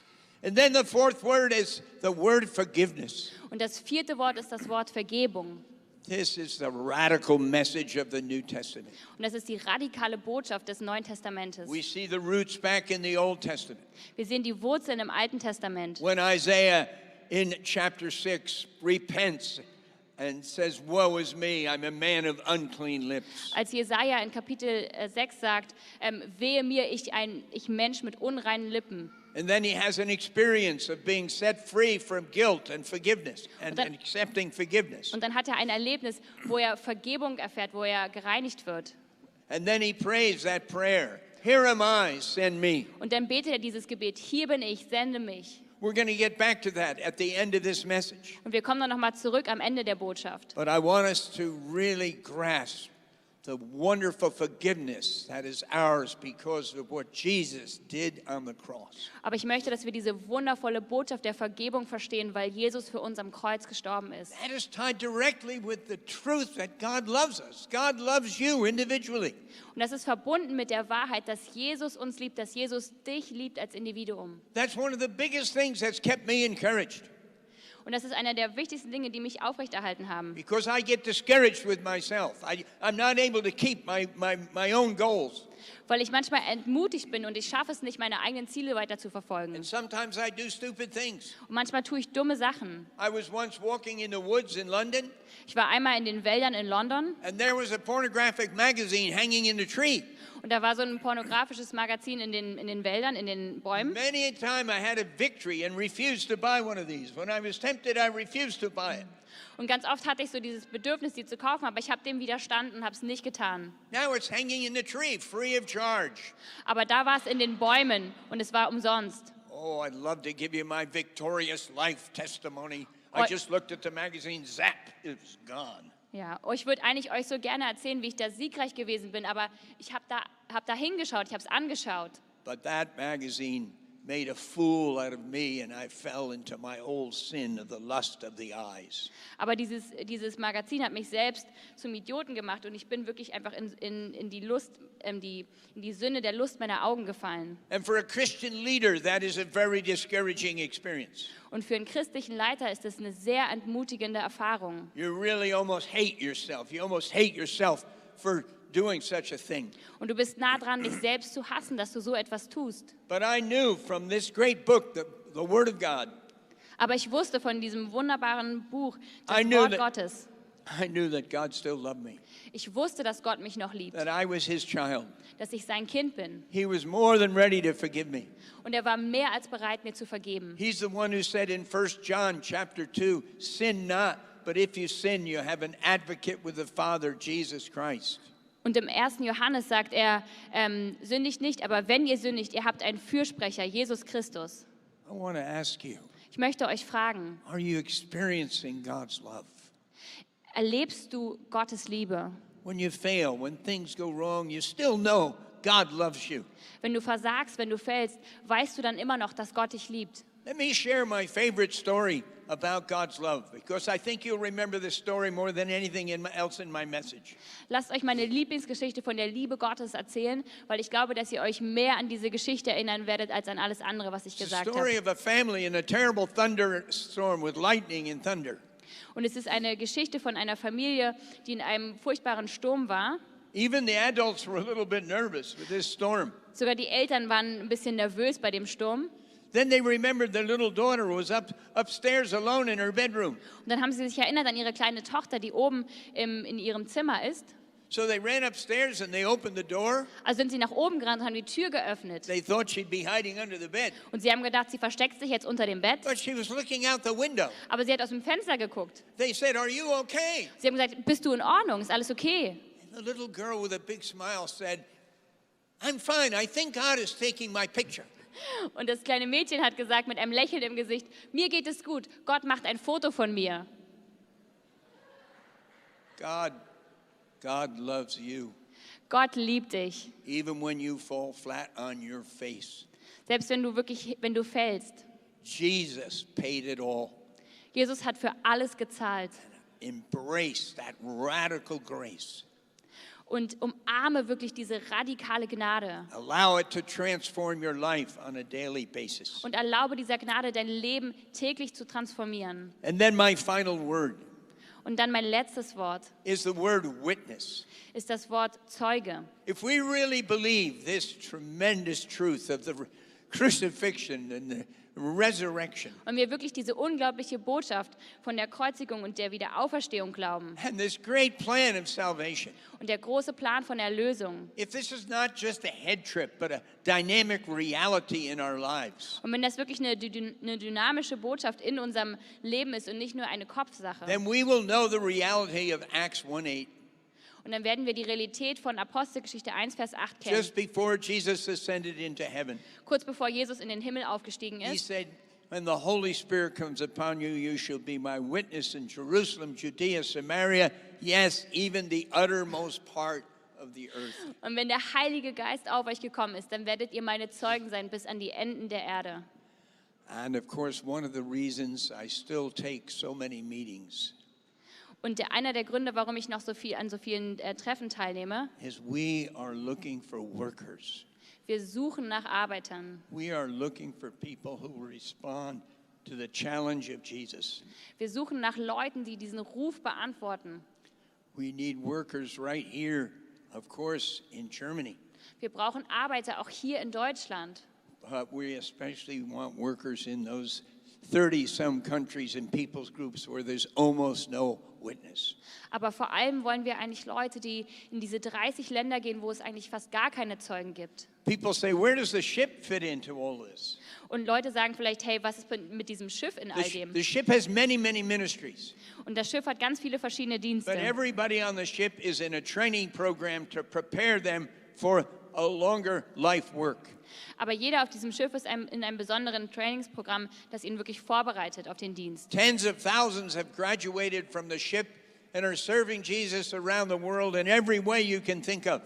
[SPEAKER 1] And then the fourth word is the word forgiveness.
[SPEAKER 2] Und das vierte Wort ist das Wort Vergebung.
[SPEAKER 1] This is the radical message of the New Testament.
[SPEAKER 2] Und das ist die radikale Botschaft des Neuen Testamentes.
[SPEAKER 1] We see the roots back in the Old Testament.
[SPEAKER 2] Wir sehen die Wurzeln im Alten Testament.
[SPEAKER 1] When Isaiah in chapter 6 repents and says, Woe is me, I'm a man of unclean lips.
[SPEAKER 2] Als Jesaja in Kapitel äh, 6 sagt, ähm, wehe mir, ich, ein, ich Mensch mit unreinen Lippen.
[SPEAKER 1] And then he has an experience of being set free from guilt and forgiveness and,
[SPEAKER 2] But-
[SPEAKER 1] and accepting forgiveness.
[SPEAKER 2] Und dann hat er ein Erlebnis, wo er Vergebung erfährt, wo er gereinigt wird.
[SPEAKER 1] And then he prays that prayer Here am I, send me.
[SPEAKER 2] Und dann betet er dieses Gebet, hier bin ich, sende mich.
[SPEAKER 1] We're going to get back to that at the end of this message.
[SPEAKER 2] Und wir kommen dann nochmal zurück am Ende der Botschaft.
[SPEAKER 1] But I want us to really grasp the wonderful forgiveness that is ours because of what Jesus did on the cross.
[SPEAKER 2] Aber ich möchte, dass wir diese wundervolle Botschaft der Vergebung verstehen, weil Jesus für uns am Kreuz gestorben ist.
[SPEAKER 1] That is tied directly with the truth that God loves us. God loves you individually.
[SPEAKER 2] Und das ist verbunden mit der Wahrheit, dass Jesus uns liebt, dass Jesus dich liebt als Individuum.
[SPEAKER 1] That's one of the biggest things that's kept me encouraged.
[SPEAKER 2] Und das ist einer der wichtigsten Dinge, die mich aufrechterhalten haben.
[SPEAKER 1] Because I get discouraged with myself. I, I'm not able to keep my, my, my own goals.
[SPEAKER 2] Weil ich manchmal entmutigt bin und ich schaffe es nicht, meine eigenen Ziele weiter zu verfolgen.
[SPEAKER 1] And
[SPEAKER 2] Und
[SPEAKER 1] sometimes I do stupid things.
[SPEAKER 2] manchmal tue ich dumme Sachen.
[SPEAKER 1] I was once walking in the woods in London,
[SPEAKER 2] Ich war einmal in den Wäldern in London
[SPEAKER 1] and there was a pornographic magazine hanging in a tree.
[SPEAKER 2] und da war so ein pornografisches Magazin in den, in den Wäldern, in den Bäumen.
[SPEAKER 1] Many a time I had a victory and refused to buy one of these. When I was tempted, I refused to buy it.
[SPEAKER 2] Und ganz oft hatte ich so dieses Bedürfnis, die zu kaufen, aber ich habe dem widerstanden und habe es nicht getan.
[SPEAKER 1] Now it's hanging in the tree, free of charge.
[SPEAKER 2] Aber da war es in den Bäumen und es war umsonst.
[SPEAKER 1] Oh, I'd love to give you my victorious life testimony. I
[SPEAKER 2] What-
[SPEAKER 1] just looked at the magazine, zap, it's gone.
[SPEAKER 2] Ja, oh, ich würde eigentlich euch so gerne erzählen, wie ich da siegreich gewesen bin, aber ich habe da, hab da hingeschaut, ich habe es angeschaut.
[SPEAKER 1] But that magazine made a fool out of me, and I fell into my old sin of the lust of the eyes.
[SPEAKER 2] Aber dieses, dieses Magazin hat mich selbst zum Idioten gemacht und ich bin wirklich einfach in, in, in, die, Lust, ähm, die, in die Sünde der Lust meiner Augen gefallen.
[SPEAKER 1] And for a Christian leader, that is a very discouraging experience.
[SPEAKER 2] Und für einen christlichen Leiter ist das eine sehr entmutigende Erfahrung.
[SPEAKER 1] You really almost hate yourself. You almost hate yourself for doing such a thing.
[SPEAKER 2] Und du bist nah dran, dich selbst zu hassen, dass du so etwas tust.
[SPEAKER 1] But I knew from this great book, the, the Word of God,
[SPEAKER 2] Aber ich wusste von diesem wunderbaren Buch,
[SPEAKER 1] I
[SPEAKER 2] das
[SPEAKER 1] knew
[SPEAKER 2] Wort
[SPEAKER 1] that-
[SPEAKER 2] Gottes.
[SPEAKER 1] I knew that God still loved me,
[SPEAKER 2] Ich wusste, dass Gott mich noch liebt,
[SPEAKER 1] that I was His child.
[SPEAKER 2] dass ich sein Kind bin.
[SPEAKER 1] He was more than ready to forgive me.
[SPEAKER 2] Und er war mehr als bereit, mir zu vergeben.
[SPEAKER 1] He's the one who said in 1 John chapter 2, sin not, but if you sin, you have an advocate with the Father, Jesus Christ.
[SPEAKER 2] Und im 1. Johannes sagt er, ähm, sündigt nicht, aber wenn ihr sündigt, ihr habt einen Fürsprecher, Jesus Christus.
[SPEAKER 1] I want to ask you,
[SPEAKER 2] Ich möchte euch fragen,
[SPEAKER 1] are you experiencing God's love?
[SPEAKER 2] erlebst du Gottes Liebe?
[SPEAKER 1] When you fail, when things go wrong, you still know God loves you.
[SPEAKER 2] Wenn du versagst, wenn du fällst, weißt du dann immer noch, dass Gott dich liebt.
[SPEAKER 1] Let me share my favorite story about God's love because I think you'll remember this story more than anything in my, else in my message.
[SPEAKER 2] Lasst euch meine Lieblingsgeschichte von der Liebe Gottes erzählen, weil ich glaube, dass ihr euch mehr an diese Geschichte erinnern werdet als an alles andere, was ich
[SPEAKER 1] It's a
[SPEAKER 2] gesagt
[SPEAKER 1] story
[SPEAKER 2] habe.
[SPEAKER 1] of a family in a terrible thunderstorm with lightning and thunder.
[SPEAKER 2] Und es ist eine Geschichte von einer Familie, die in einem furchtbaren Sturm war.
[SPEAKER 1] Even the adults were a little bit nervous with this storm.
[SPEAKER 2] Sogar die Eltern waren ein bisschen nervös bei dem Sturm.
[SPEAKER 1] Then they remembered their little daughter was up upstairs alone in her bedroom.
[SPEAKER 2] Und dann haben sie sich erinnert an ihre kleine Tochter, die oben im, in ihrem Zimmer ist.
[SPEAKER 1] So they ran upstairs and they opened the door.
[SPEAKER 2] Also sind sie nach oben gerannt und haben die Tür geöffnet.
[SPEAKER 1] They thought she'd be hiding under the bed,
[SPEAKER 2] Und sie haben gedacht, sie versteckt sich jetzt unter dem Bett.
[SPEAKER 1] but she was looking out the window.
[SPEAKER 2] Aber sie hat aus dem Fenster geguckt.
[SPEAKER 1] They said, "Are you okay?"
[SPEAKER 2] Sie haben gesagt, bist du in Ordnung? Ist alles okay?
[SPEAKER 1] And the little girl with a big smile said, "I'm fine. I think God is taking my picture."
[SPEAKER 2] Und das kleine Mädchen hat gesagt mit einem Lächeln im Gesicht, mir geht es gut, Gott macht ein Foto von mir.
[SPEAKER 1] God God loves you
[SPEAKER 2] Gott liebt dich,
[SPEAKER 1] even when you fall flat on your face.
[SPEAKER 2] selbst wenn du wirklich, wenn du fällst.
[SPEAKER 1] Jesus paid it all.
[SPEAKER 2] Jesus hat für alles gezahlt.
[SPEAKER 1] Embrace that radical grace.
[SPEAKER 2] Und umarme wirklich diese radikale Gnade.
[SPEAKER 1] Allow it to transform your life on a daily basis.
[SPEAKER 2] Und erlaube dieser Gnade, dein Leben täglich zu transformieren.
[SPEAKER 1] And then my final word
[SPEAKER 2] Und dann mein letztes Wort
[SPEAKER 1] is the word witness.
[SPEAKER 2] ist das Wort Zeuge.
[SPEAKER 1] If we really believe this tremendous truth of the crucifixion and the resurrection
[SPEAKER 2] Und wir wirklich diese unglaubliche Botschaft von der Kreuzigung und der Wiederauferstehung glauben.
[SPEAKER 1] and this great plan of salvation,
[SPEAKER 2] Und der große Plan von Erlösung.
[SPEAKER 1] if this is not just a head trip but a dynamic reality in our lives,
[SPEAKER 2] Und wenn das wirklich eine, dy- eine dynamische Botschaft in unserem Leben ist und nicht nur eine Kopfsache,
[SPEAKER 1] then we will know the reality of Acts 1:8
[SPEAKER 2] und dann werden wir die Realität von Apostelgeschichte 1, Vers 8 kennen.
[SPEAKER 1] just before Jesus ascended into heaven.
[SPEAKER 2] Kurz bevor Jesus in den Himmel aufgestiegen
[SPEAKER 1] He
[SPEAKER 2] ist,
[SPEAKER 1] said, When the Holy Spirit comes upon you, you shall be my witness in Jerusalem, Judea, Samaria, yes, even the uttermost part of the earth.
[SPEAKER 2] und wenn der Heilige Geist auf euch gekommen ist, dann werdet ihr meine Zeugen sein bis an die Enden der Erde.
[SPEAKER 1] And of course, one of the reasons I still take so many meetings
[SPEAKER 2] Und der, einer der Gründe, warum ich noch so viel an so vielen äh, Treffen teilnehme,
[SPEAKER 1] is we are looking for workers.
[SPEAKER 2] wir suchen nach Arbeitern.
[SPEAKER 1] We are looking for people who will respond to the challenge of Jesus.
[SPEAKER 2] Wir suchen nach Leuten, die diesen Ruf beantworten.
[SPEAKER 1] We need workers right here, of course, in Germany.
[SPEAKER 2] Wir brauchen Arbeiter auch hier in Deutschland.
[SPEAKER 1] But uh, we especially want workers in those 30 some countries and people's groups where there's almost no witness.
[SPEAKER 2] Aber vor allem wollen wir eigentlich Leute, die in diese 30 Länder gehen, wo es eigentlich fast gar keine Zeugen gibt.
[SPEAKER 1] People say, Where does the ship fit into all this?
[SPEAKER 2] Und Leute sagen vielleicht, hey, was ist mit diesem Schiff in
[SPEAKER 1] The,
[SPEAKER 2] all
[SPEAKER 1] sh-
[SPEAKER 2] dem?
[SPEAKER 1] the ship has many, many ministries,
[SPEAKER 2] Und das Schiff hat ganz viele verschiedene
[SPEAKER 1] but
[SPEAKER 2] Dienste.
[SPEAKER 1] everybody on the ship is in a training program to prepare them for a longer life work.
[SPEAKER 2] Aber jeder auf diesem Schiff ist einem- in einem besonderen Trainingsprogramm, das ihn wirklich vorbereitet auf den Dienst.
[SPEAKER 1] Tens of thousands have graduated from the ship and are serving Jesus around the world in every way you can think of.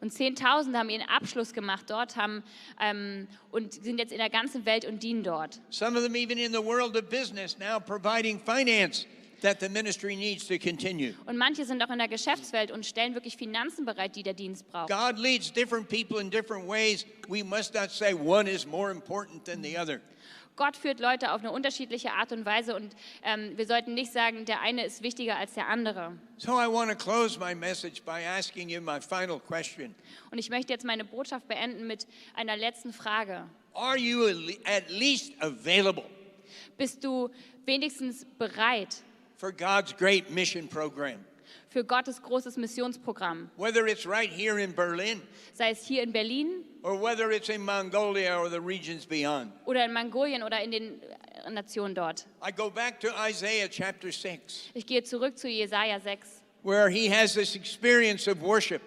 [SPEAKER 2] Und Zehntausende haben ihren Abschluss gemacht dort haben, ähm, und sind jetzt in der ganzen Welt und dienen dort.
[SPEAKER 1] Some of them, even in the world of business, now providing finance that the ministry needs to continue.
[SPEAKER 2] Und manche sind auch in der Geschäftswelt und stellen wirklich Finanzen bereit, die der Dienst braucht.
[SPEAKER 1] God leads different people in different ways. We must not say one is more important than the other.
[SPEAKER 2] Gott führt Leute auf eine unterschiedliche Art und Weise und ähm, wir sollten nicht sagen, der eine ist wichtiger als der andere.
[SPEAKER 1] So I want to close my message by asking you my final question
[SPEAKER 2] Und ich möchte jetzt meine Botschaft beenden mit einer letzten Frage.
[SPEAKER 1] Are you at le- at least available
[SPEAKER 2] Bist du wenigstens bereit
[SPEAKER 1] for God's great mission program?
[SPEAKER 2] für Gottes großes Missionsprogramm?
[SPEAKER 1] Whether it's right here in Berlin,
[SPEAKER 2] Sei es hier in Berlin
[SPEAKER 1] or whether it's in Mongolia or the regions beyond.
[SPEAKER 2] oder in Mongolien oder in den äh, Nationen dort.
[SPEAKER 1] I go back to Isaiah chapter 6,
[SPEAKER 2] Ich gehe zurück zu Jesaja 6,
[SPEAKER 1] where he has this experience of worship.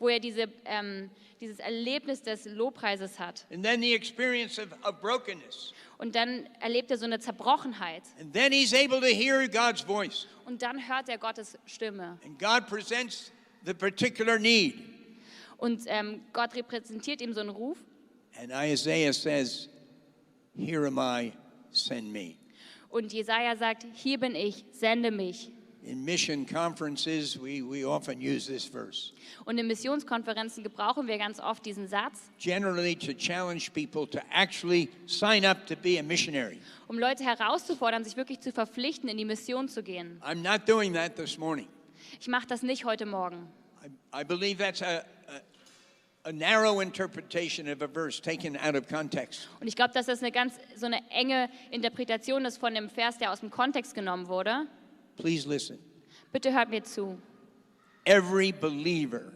[SPEAKER 2] wo er diese, ähm, dieses Erlebnis des Lobpreises hat.
[SPEAKER 1] And then the experience of, of brokenness.
[SPEAKER 2] Und dann erlebt er so eine Zerbrochenheit.
[SPEAKER 1] And then he's able to hear God's voice.
[SPEAKER 2] Und dann hört er Gottes Stimme.
[SPEAKER 1] And God presents the particular need.
[SPEAKER 2] Und ähm, Gott repräsentiert ihm so einen Ruf.
[SPEAKER 1] And Isaiah says, Here am I, send me.
[SPEAKER 2] Und Jesaja sagt: Hier bin ich, sende mich.
[SPEAKER 1] In mission conferences, we, we often use this verse,
[SPEAKER 2] Und in Missionskonferenzen gebrauchen wir ganz oft diesen Satz,
[SPEAKER 1] generally to challenge people to actually sign up to be a missionary.
[SPEAKER 2] um Leute herauszufordern, sich wirklich zu verpflichten, in die Mission zu gehen.
[SPEAKER 1] I'm not doing that this morning.
[SPEAKER 2] Ich mache das nicht heute Morgen.
[SPEAKER 1] I, I believe that's a, a, a narrow interpretation of a verse taken out of context.
[SPEAKER 2] Und ich glaube, dass das eine ganz so eine enge Interpretation ist von dem Vers, der aus dem Kontext genommen wurde.
[SPEAKER 1] Please listen.
[SPEAKER 2] Bitte hört mir zu.
[SPEAKER 1] Every believer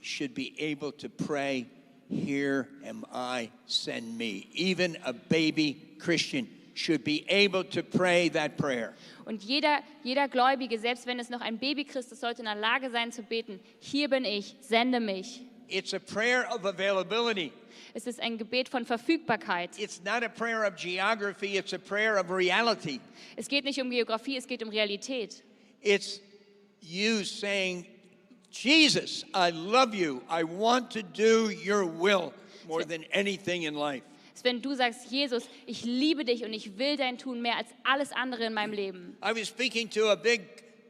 [SPEAKER 1] should be able to pray, Here am I, send me. Even a baby Christian should be able to pray that prayer.
[SPEAKER 2] Und jeder, jeder Gläubige, selbst wenn es noch ein Babychrist ist, sollte in der Lage sein zu beten, hier bin ich, sende mich.
[SPEAKER 1] It's a prayer of availability.
[SPEAKER 2] Es ist ein Gebet von Verfügbarkeit.
[SPEAKER 1] It's not a prayer of geography, it's a prayer of reality.
[SPEAKER 2] Es geht nicht um Geografie, es geht um Realität.
[SPEAKER 1] It's you saying, Jesus, I love you. I want to do your will more than anything in life.
[SPEAKER 2] Es ist, wenn du sagst, Jesus, ich liebe dich und ich will dein Tun mehr als alles andere in meinem Leben.
[SPEAKER 1] I was speaking to a big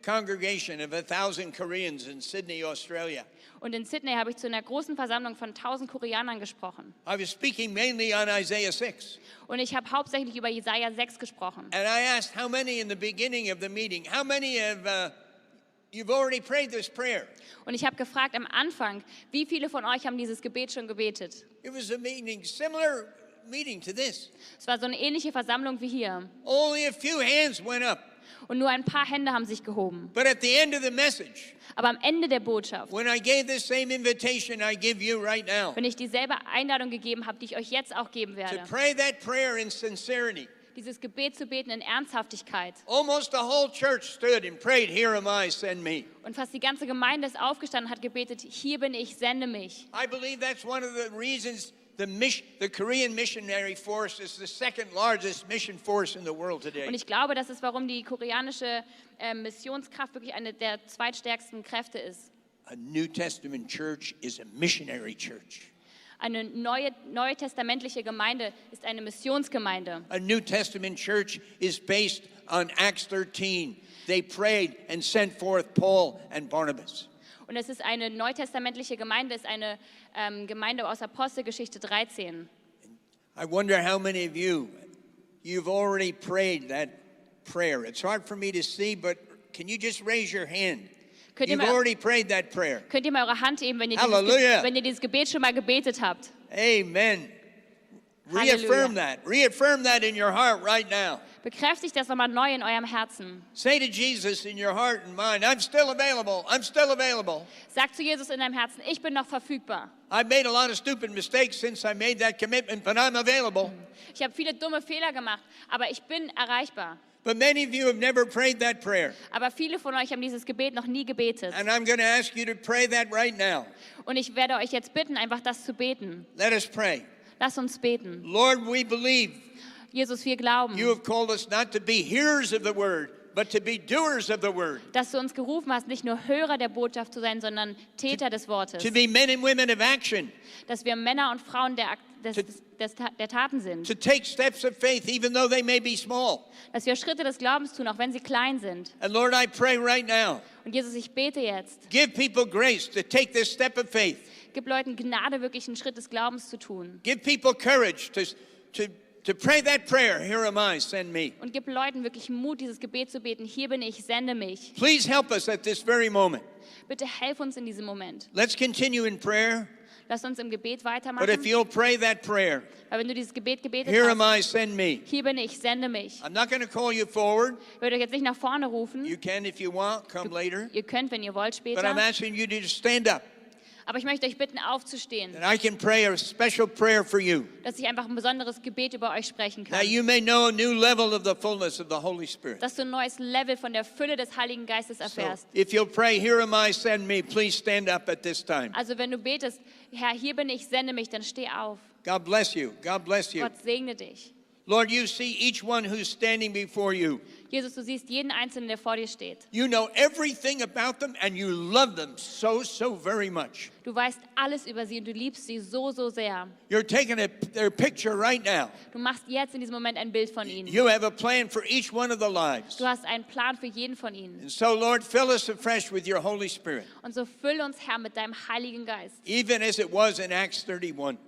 [SPEAKER 1] congregation of a thousand Koreans in Sydney, Australia.
[SPEAKER 2] Und in Sydney habe ich zu einer großen Versammlung von 1000 Koreanern gesprochen.
[SPEAKER 1] I was speaking mainly on Isaiah 6.
[SPEAKER 2] Und ich habe hauptsächlich über Jesaja 6 gesprochen.
[SPEAKER 1] And I asked how many in the beginning of the meeting, how many of uh, you've already prayed this prayer?
[SPEAKER 2] Und ich habe gefragt am Anfang, wie viele von euch haben dieses Gebet schon gebetet?
[SPEAKER 1] It was a meeting, similar meeting to this.
[SPEAKER 2] Es war so eine ähnliche Versammlung wie hier.
[SPEAKER 1] Only a few hands went up.
[SPEAKER 2] Und nur ein paar Hände haben sich gehoben.
[SPEAKER 1] But at the end of the message,
[SPEAKER 2] Aber am Ende der Botschaft,
[SPEAKER 1] when I gave this same invitation I give you right now,
[SPEAKER 2] wenn ich dieselbe Einladung gegeben habe, die ich euch jetzt auch geben
[SPEAKER 1] to
[SPEAKER 2] werde,
[SPEAKER 1] pray that prayer in sincerity.
[SPEAKER 2] dieses Gebet zu beten in Ernsthaftigkeit.
[SPEAKER 1] Almost the whole church stood and prayed, Here am I, send me.
[SPEAKER 2] Und fast die ganze Gemeinde ist aufgestanden und hat gebetet, hier bin ich, sende mich.
[SPEAKER 1] I believe that's one of the reasons the, mission, the Korean missionary force is the second largest mission force in the world
[SPEAKER 2] Und
[SPEAKER 1] today.
[SPEAKER 2] ich glaube, das ist, warum die koreanische äh, Missionskraft wirklich eine der zweitstärksten Kräfte ist.
[SPEAKER 1] A New Testament church is a missionary church.
[SPEAKER 2] Eine neue, neutestamentliche Gemeinde ist eine Missionsgemeinde.
[SPEAKER 1] A New Testament church is based on Acts 13. They prayed and sent forth Paul and Barnabas.
[SPEAKER 2] Und es ist eine neutestamentliche Gemeinde, ist eine ähm, Gemeinde aus Apostelgeschichte 13.
[SPEAKER 1] I wonder how many of you, you've already prayed that prayer. It's hard for me to see, but can you just raise your hand?
[SPEAKER 2] Could you
[SPEAKER 1] You've
[SPEAKER 2] ma-
[SPEAKER 1] already prayed that prayer.
[SPEAKER 2] Könnt ihr mal eure Hand heben, wenn ihr, dieses,
[SPEAKER 1] Halleluja.
[SPEAKER 2] Ge- wenn ihr dieses Gebet schon mal gebetet habt?
[SPEAKER 1] Amen.
[SPEAKER 2] Hallelujah.
[SPEAKER 1] Reaffirm that. Reaffirm that in your heart right now.
[SPEAKER 2] Bekräftigt das nochmal neu in eurem Herzen.
[SPEAKER 1] Say to Jesus in your heart and mind, I'm still available. I'm still available.
[SPEAKER 2] Sag zu Jesus in deinem Herzen, ich bin noch verfügbar.
[SPEAKER 1] I've made a lot of stupid mistakes since I made that commitment, but I'm available.
[SPEAKER 2] Ich habe viele dumme Fehler gemacht, aber ich bin erreichbar.
[SPEAKER 1] But many of you have never prayed that prayer.
[SPEAKER 2] Aber viele von euch haben dieses Gebet noch nie gebetet.
[SPEAKER 1] And I'm going to ask you to pray that right now.
[SPEAKER 2] Und ich werde euch jetzt bitten, einfach das zu beten.
[SPEAKER 1] Let us pray.
[SPEAKER 2] Lasst uns beten.
[SPEAKER 1] Lord, we believe
[SPEAKER 2] Jesus, wir glauben,
[SPEAKER 1] you have called us not to be hearers of the word, but to be doers of the word,
[SPEAKER 2] dass du uns gerufen hast, nicht nur Hörer der Botschaft zu sein, sondern Täter des Wortes.
[SPEAKER 1] to be men and women of action,
[SPEAKER 2] Dass wir Männer und Frauen der, Ak- des,
[SPEAKER 1] To-
[SPEAKER 2] des, Ta- der Taten sind.
[SPEAKER 1] to take steps of faith, even though they may be small.
[SPEAKER 2] Dass wir Schritte des Glaubens tun, auch wenn sie klein sind.
[SPEAKER 1] And Lord, I pray right now,
[SPEAKER 2] Und Jesus, ich bete jetzt.
[SPEAKER 1] give people grace to take this step of faith.
[SPEAKER 2] Gib Leuten Gnade, wirklich einen Schritt des Glaubens zu tun.
[SPEAKER 1] Give people courage to, to, to pray that prayer, here am I, send me.
[SPEAKER 2] Und gib Leuten wirklich Mut, dieses Gebet zu beten. Hier bin ich, sende mich.
[SPEAKER 1] Please help us at this very moment.
[SPEAKER 2] Bitte helf uns in diesem Moment.
[SPEAKER 1] Let's continue in prayer,
[SPEAKER 2] Lass uns im Gebet
[SPEAKER 1] but if
[SPEAKER 2] weitermachen.
[SPEAKER 1] you'll pray that prayer,
[SPEAKER 2] Weil wenn du dieses Gebet gebetet
[SPEAKER 1] here am
[SPEAKER 2] hast,
[SPEAKER 1] I, send me.
[SPEAKER 2] hier bin ich, sende mich.
[SPEAKER 1] I'm not going to call you forward.
[SPEAKER 2] Ich würde euch jetzt nicht nach vorne rufen.
[SPEAKER 1] You can if you want, come later.
[SPEAKER 2] Ihr könnt, wenn ihr wollt,
[SPEAKER 1] But I'm
[SPEAKER 2] später.
[SPEAKER 1] asking you to just stand up.
[SPEAKER 2] Aber ich möchte euch bitten, aufzustehen,
[SPEAKER 1] And I can pray a special prayer for you,
[SPEAKER 2] dass ich einfach ein besonderes Gebet über euch sprechen
[SPEAKER 1] that
[SPEAKER 2] kann.
[SPEAKER 1] you may know a new level of the fullness of the Holy Spirit.
[SPEAKER 2] Dass du ein neues Level von der Fülle des Heiligen Geistes
[SPEAKER 1] So
[SPEAKER 2] erfährst.
[SPEAKER 1] if you'll pray, here am I, send me, please stand up at this time.
[SPEAKER 2] Also wenn du betest, Herr, hier bin ich, sende mich, dann steh auf.
[SPEAKER 1] God bless you. God bless you.
[SPEAKER 2] Gott segne dich.
[SPEAKER 1] Lord, you see each one who's standing before you.
[SPEAKER 2] Jesus, du siehst jeden Einzelnen, der vor dir steht.
[SPEAKER 1] You know everything about them and you love them so, so very much.
[SPEAKER 2] Du weißt alles über sie und du liebst sie so, so sehr.
[SPEAKER 1] You're taking a, their picture right now.
[SPEAKER 2] Du machst jetzt in diesem Moment ein Bild von ihnen.
[SPEAKER 1] You have a plan for each one of the lives.
[SPEAKER 2] Du hast einen Plan für jeden von ihnen.
[SPEAKER 1] And so, Lord, fill us afresh with your Holy Spirit,
[SPEAKER 2] Und so füll uns, Herr, mit deinem Heiligen Geist.
[SPEAKER 1] even as it was in Acts 31,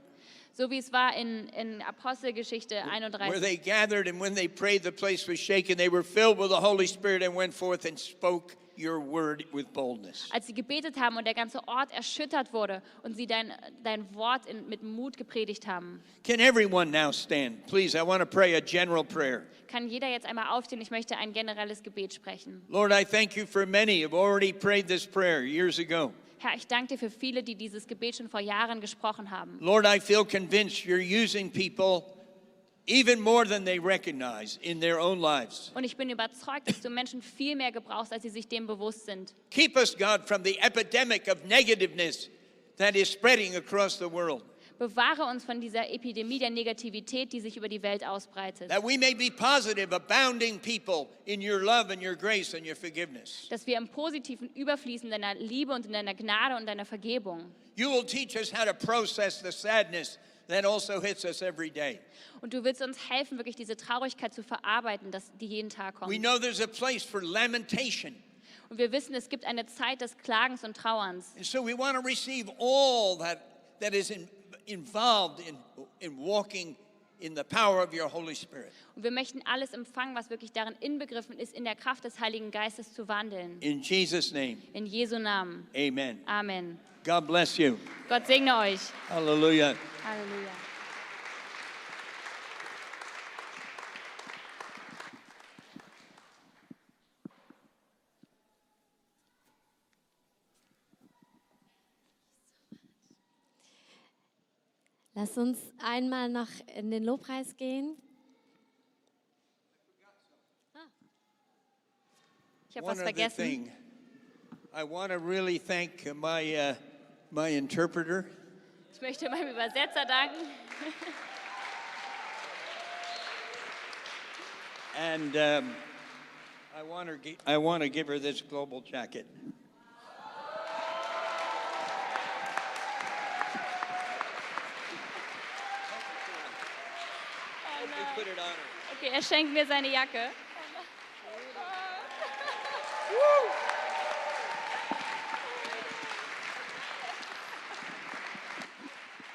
[SPEAKER 2] So wie es war in, in Apostelgeschichte
[SPEAKER 1] where
[SPEAKER 2] 31.
[SPEAKER 1] they gathered and when they prayed, the place was shaken. They were filled with the Holy Spirit and went forth and spoke your word with boldness.
[SPEAKER 2] Als sie gebetet haben und der ganze Ort erschüttert wurde und sie dein, dein Wort in, mit Mut gepredigt haben,
[SPEAKER 1] Can everyone now stand? Please, I want to pray a general prayer.
[SPEAKER 2] kann jeder jetzt einmal aufstehen. Ich möchte ein generelles Gebet sprechen.
[SPEAKER 1] Lord, I thank you for many who've already prayed this prayer years ago.
[SPEAKER 2] Herr, ich danke dir für viele, die dieses Gebet schon vor Jahren gesprochen haben.
[SPEAKER 1] Lord, I feel convinced you're using people even more than they recognize in their own lives.
[SPEAKER 2] Und ich bin überzeugt, dass du Menschen viel mehr gebrauchst, als sie sich dem bewusst sind.
[SPEAKER 1] Keep us, God, from the epidemic of negativeness that is spreading across the world,
[SPEAKER 2] Bewahre uns von dieser Epidemie der Negativität, die sich über die Welt ausbreitet.
[SPEAKER 1] that we may be positive, abounding people in your love and your grace and your forgiveness.
[SPEAKER 2] Dass wir im Positiven überfließen deiner Liebe und in deiner Gnade und deiner Vergebung.
[SPEAKER 1] You will teach us how to process the sadness that also hits us every day.
[SPEAKER 2] Und du willst uns helfen, wirklich diese Traurigkeit zu verarbeiten, dass die jeden Tag kommt.
[SPEAKER 1] We know there's a place for lamentation,
[SPEAKER 2] Und wir wissen, es gibt eine Zeit des Klagens und Trauerns.
[SPEAKER 1] and so we want to receive all that, that is in, involved in, in walking in the power of your Holy Spirit.
[SPEAKER 2] Und wir möchten alles empfangen, was wirklich darin inbegriffen ist, in der Kraft des Heiligen Geistes zu wandeln.
[SPEAKER 1] In Jesus' name,
[SPEAKER 2] In Jesu Namen.
[SPEAKER 1] amen.
[SPEAKER 2] Amen.
[SPEAKER 1] God bless you.
[SPEAKER 2] Gott segne euch.
[SPEAKER 1] Hallelujah.
[SPEAKER 2] Halleluja.
[SPEAKER 3] Lass uns einmal noch in den Lobpreis gehen.
[SPEAKER 2] Ich habe
[SPEAKER 1] One
[SPEAKER 2] was
[SPEAKER 1] other
[SPEAKER 2] vergessen.
[SPEAKER 1] thing. I want to really thank uh, my, uh, my interpreter.
[SPEAKER 2] Ich möchte meinem Übersetzer danken.
[SPEAKER 1] And um, I, want her, gi- I want to give her this global jacket. put it on her.
[SPEAKER 2] Okay, er schenkt mir seine Jacke.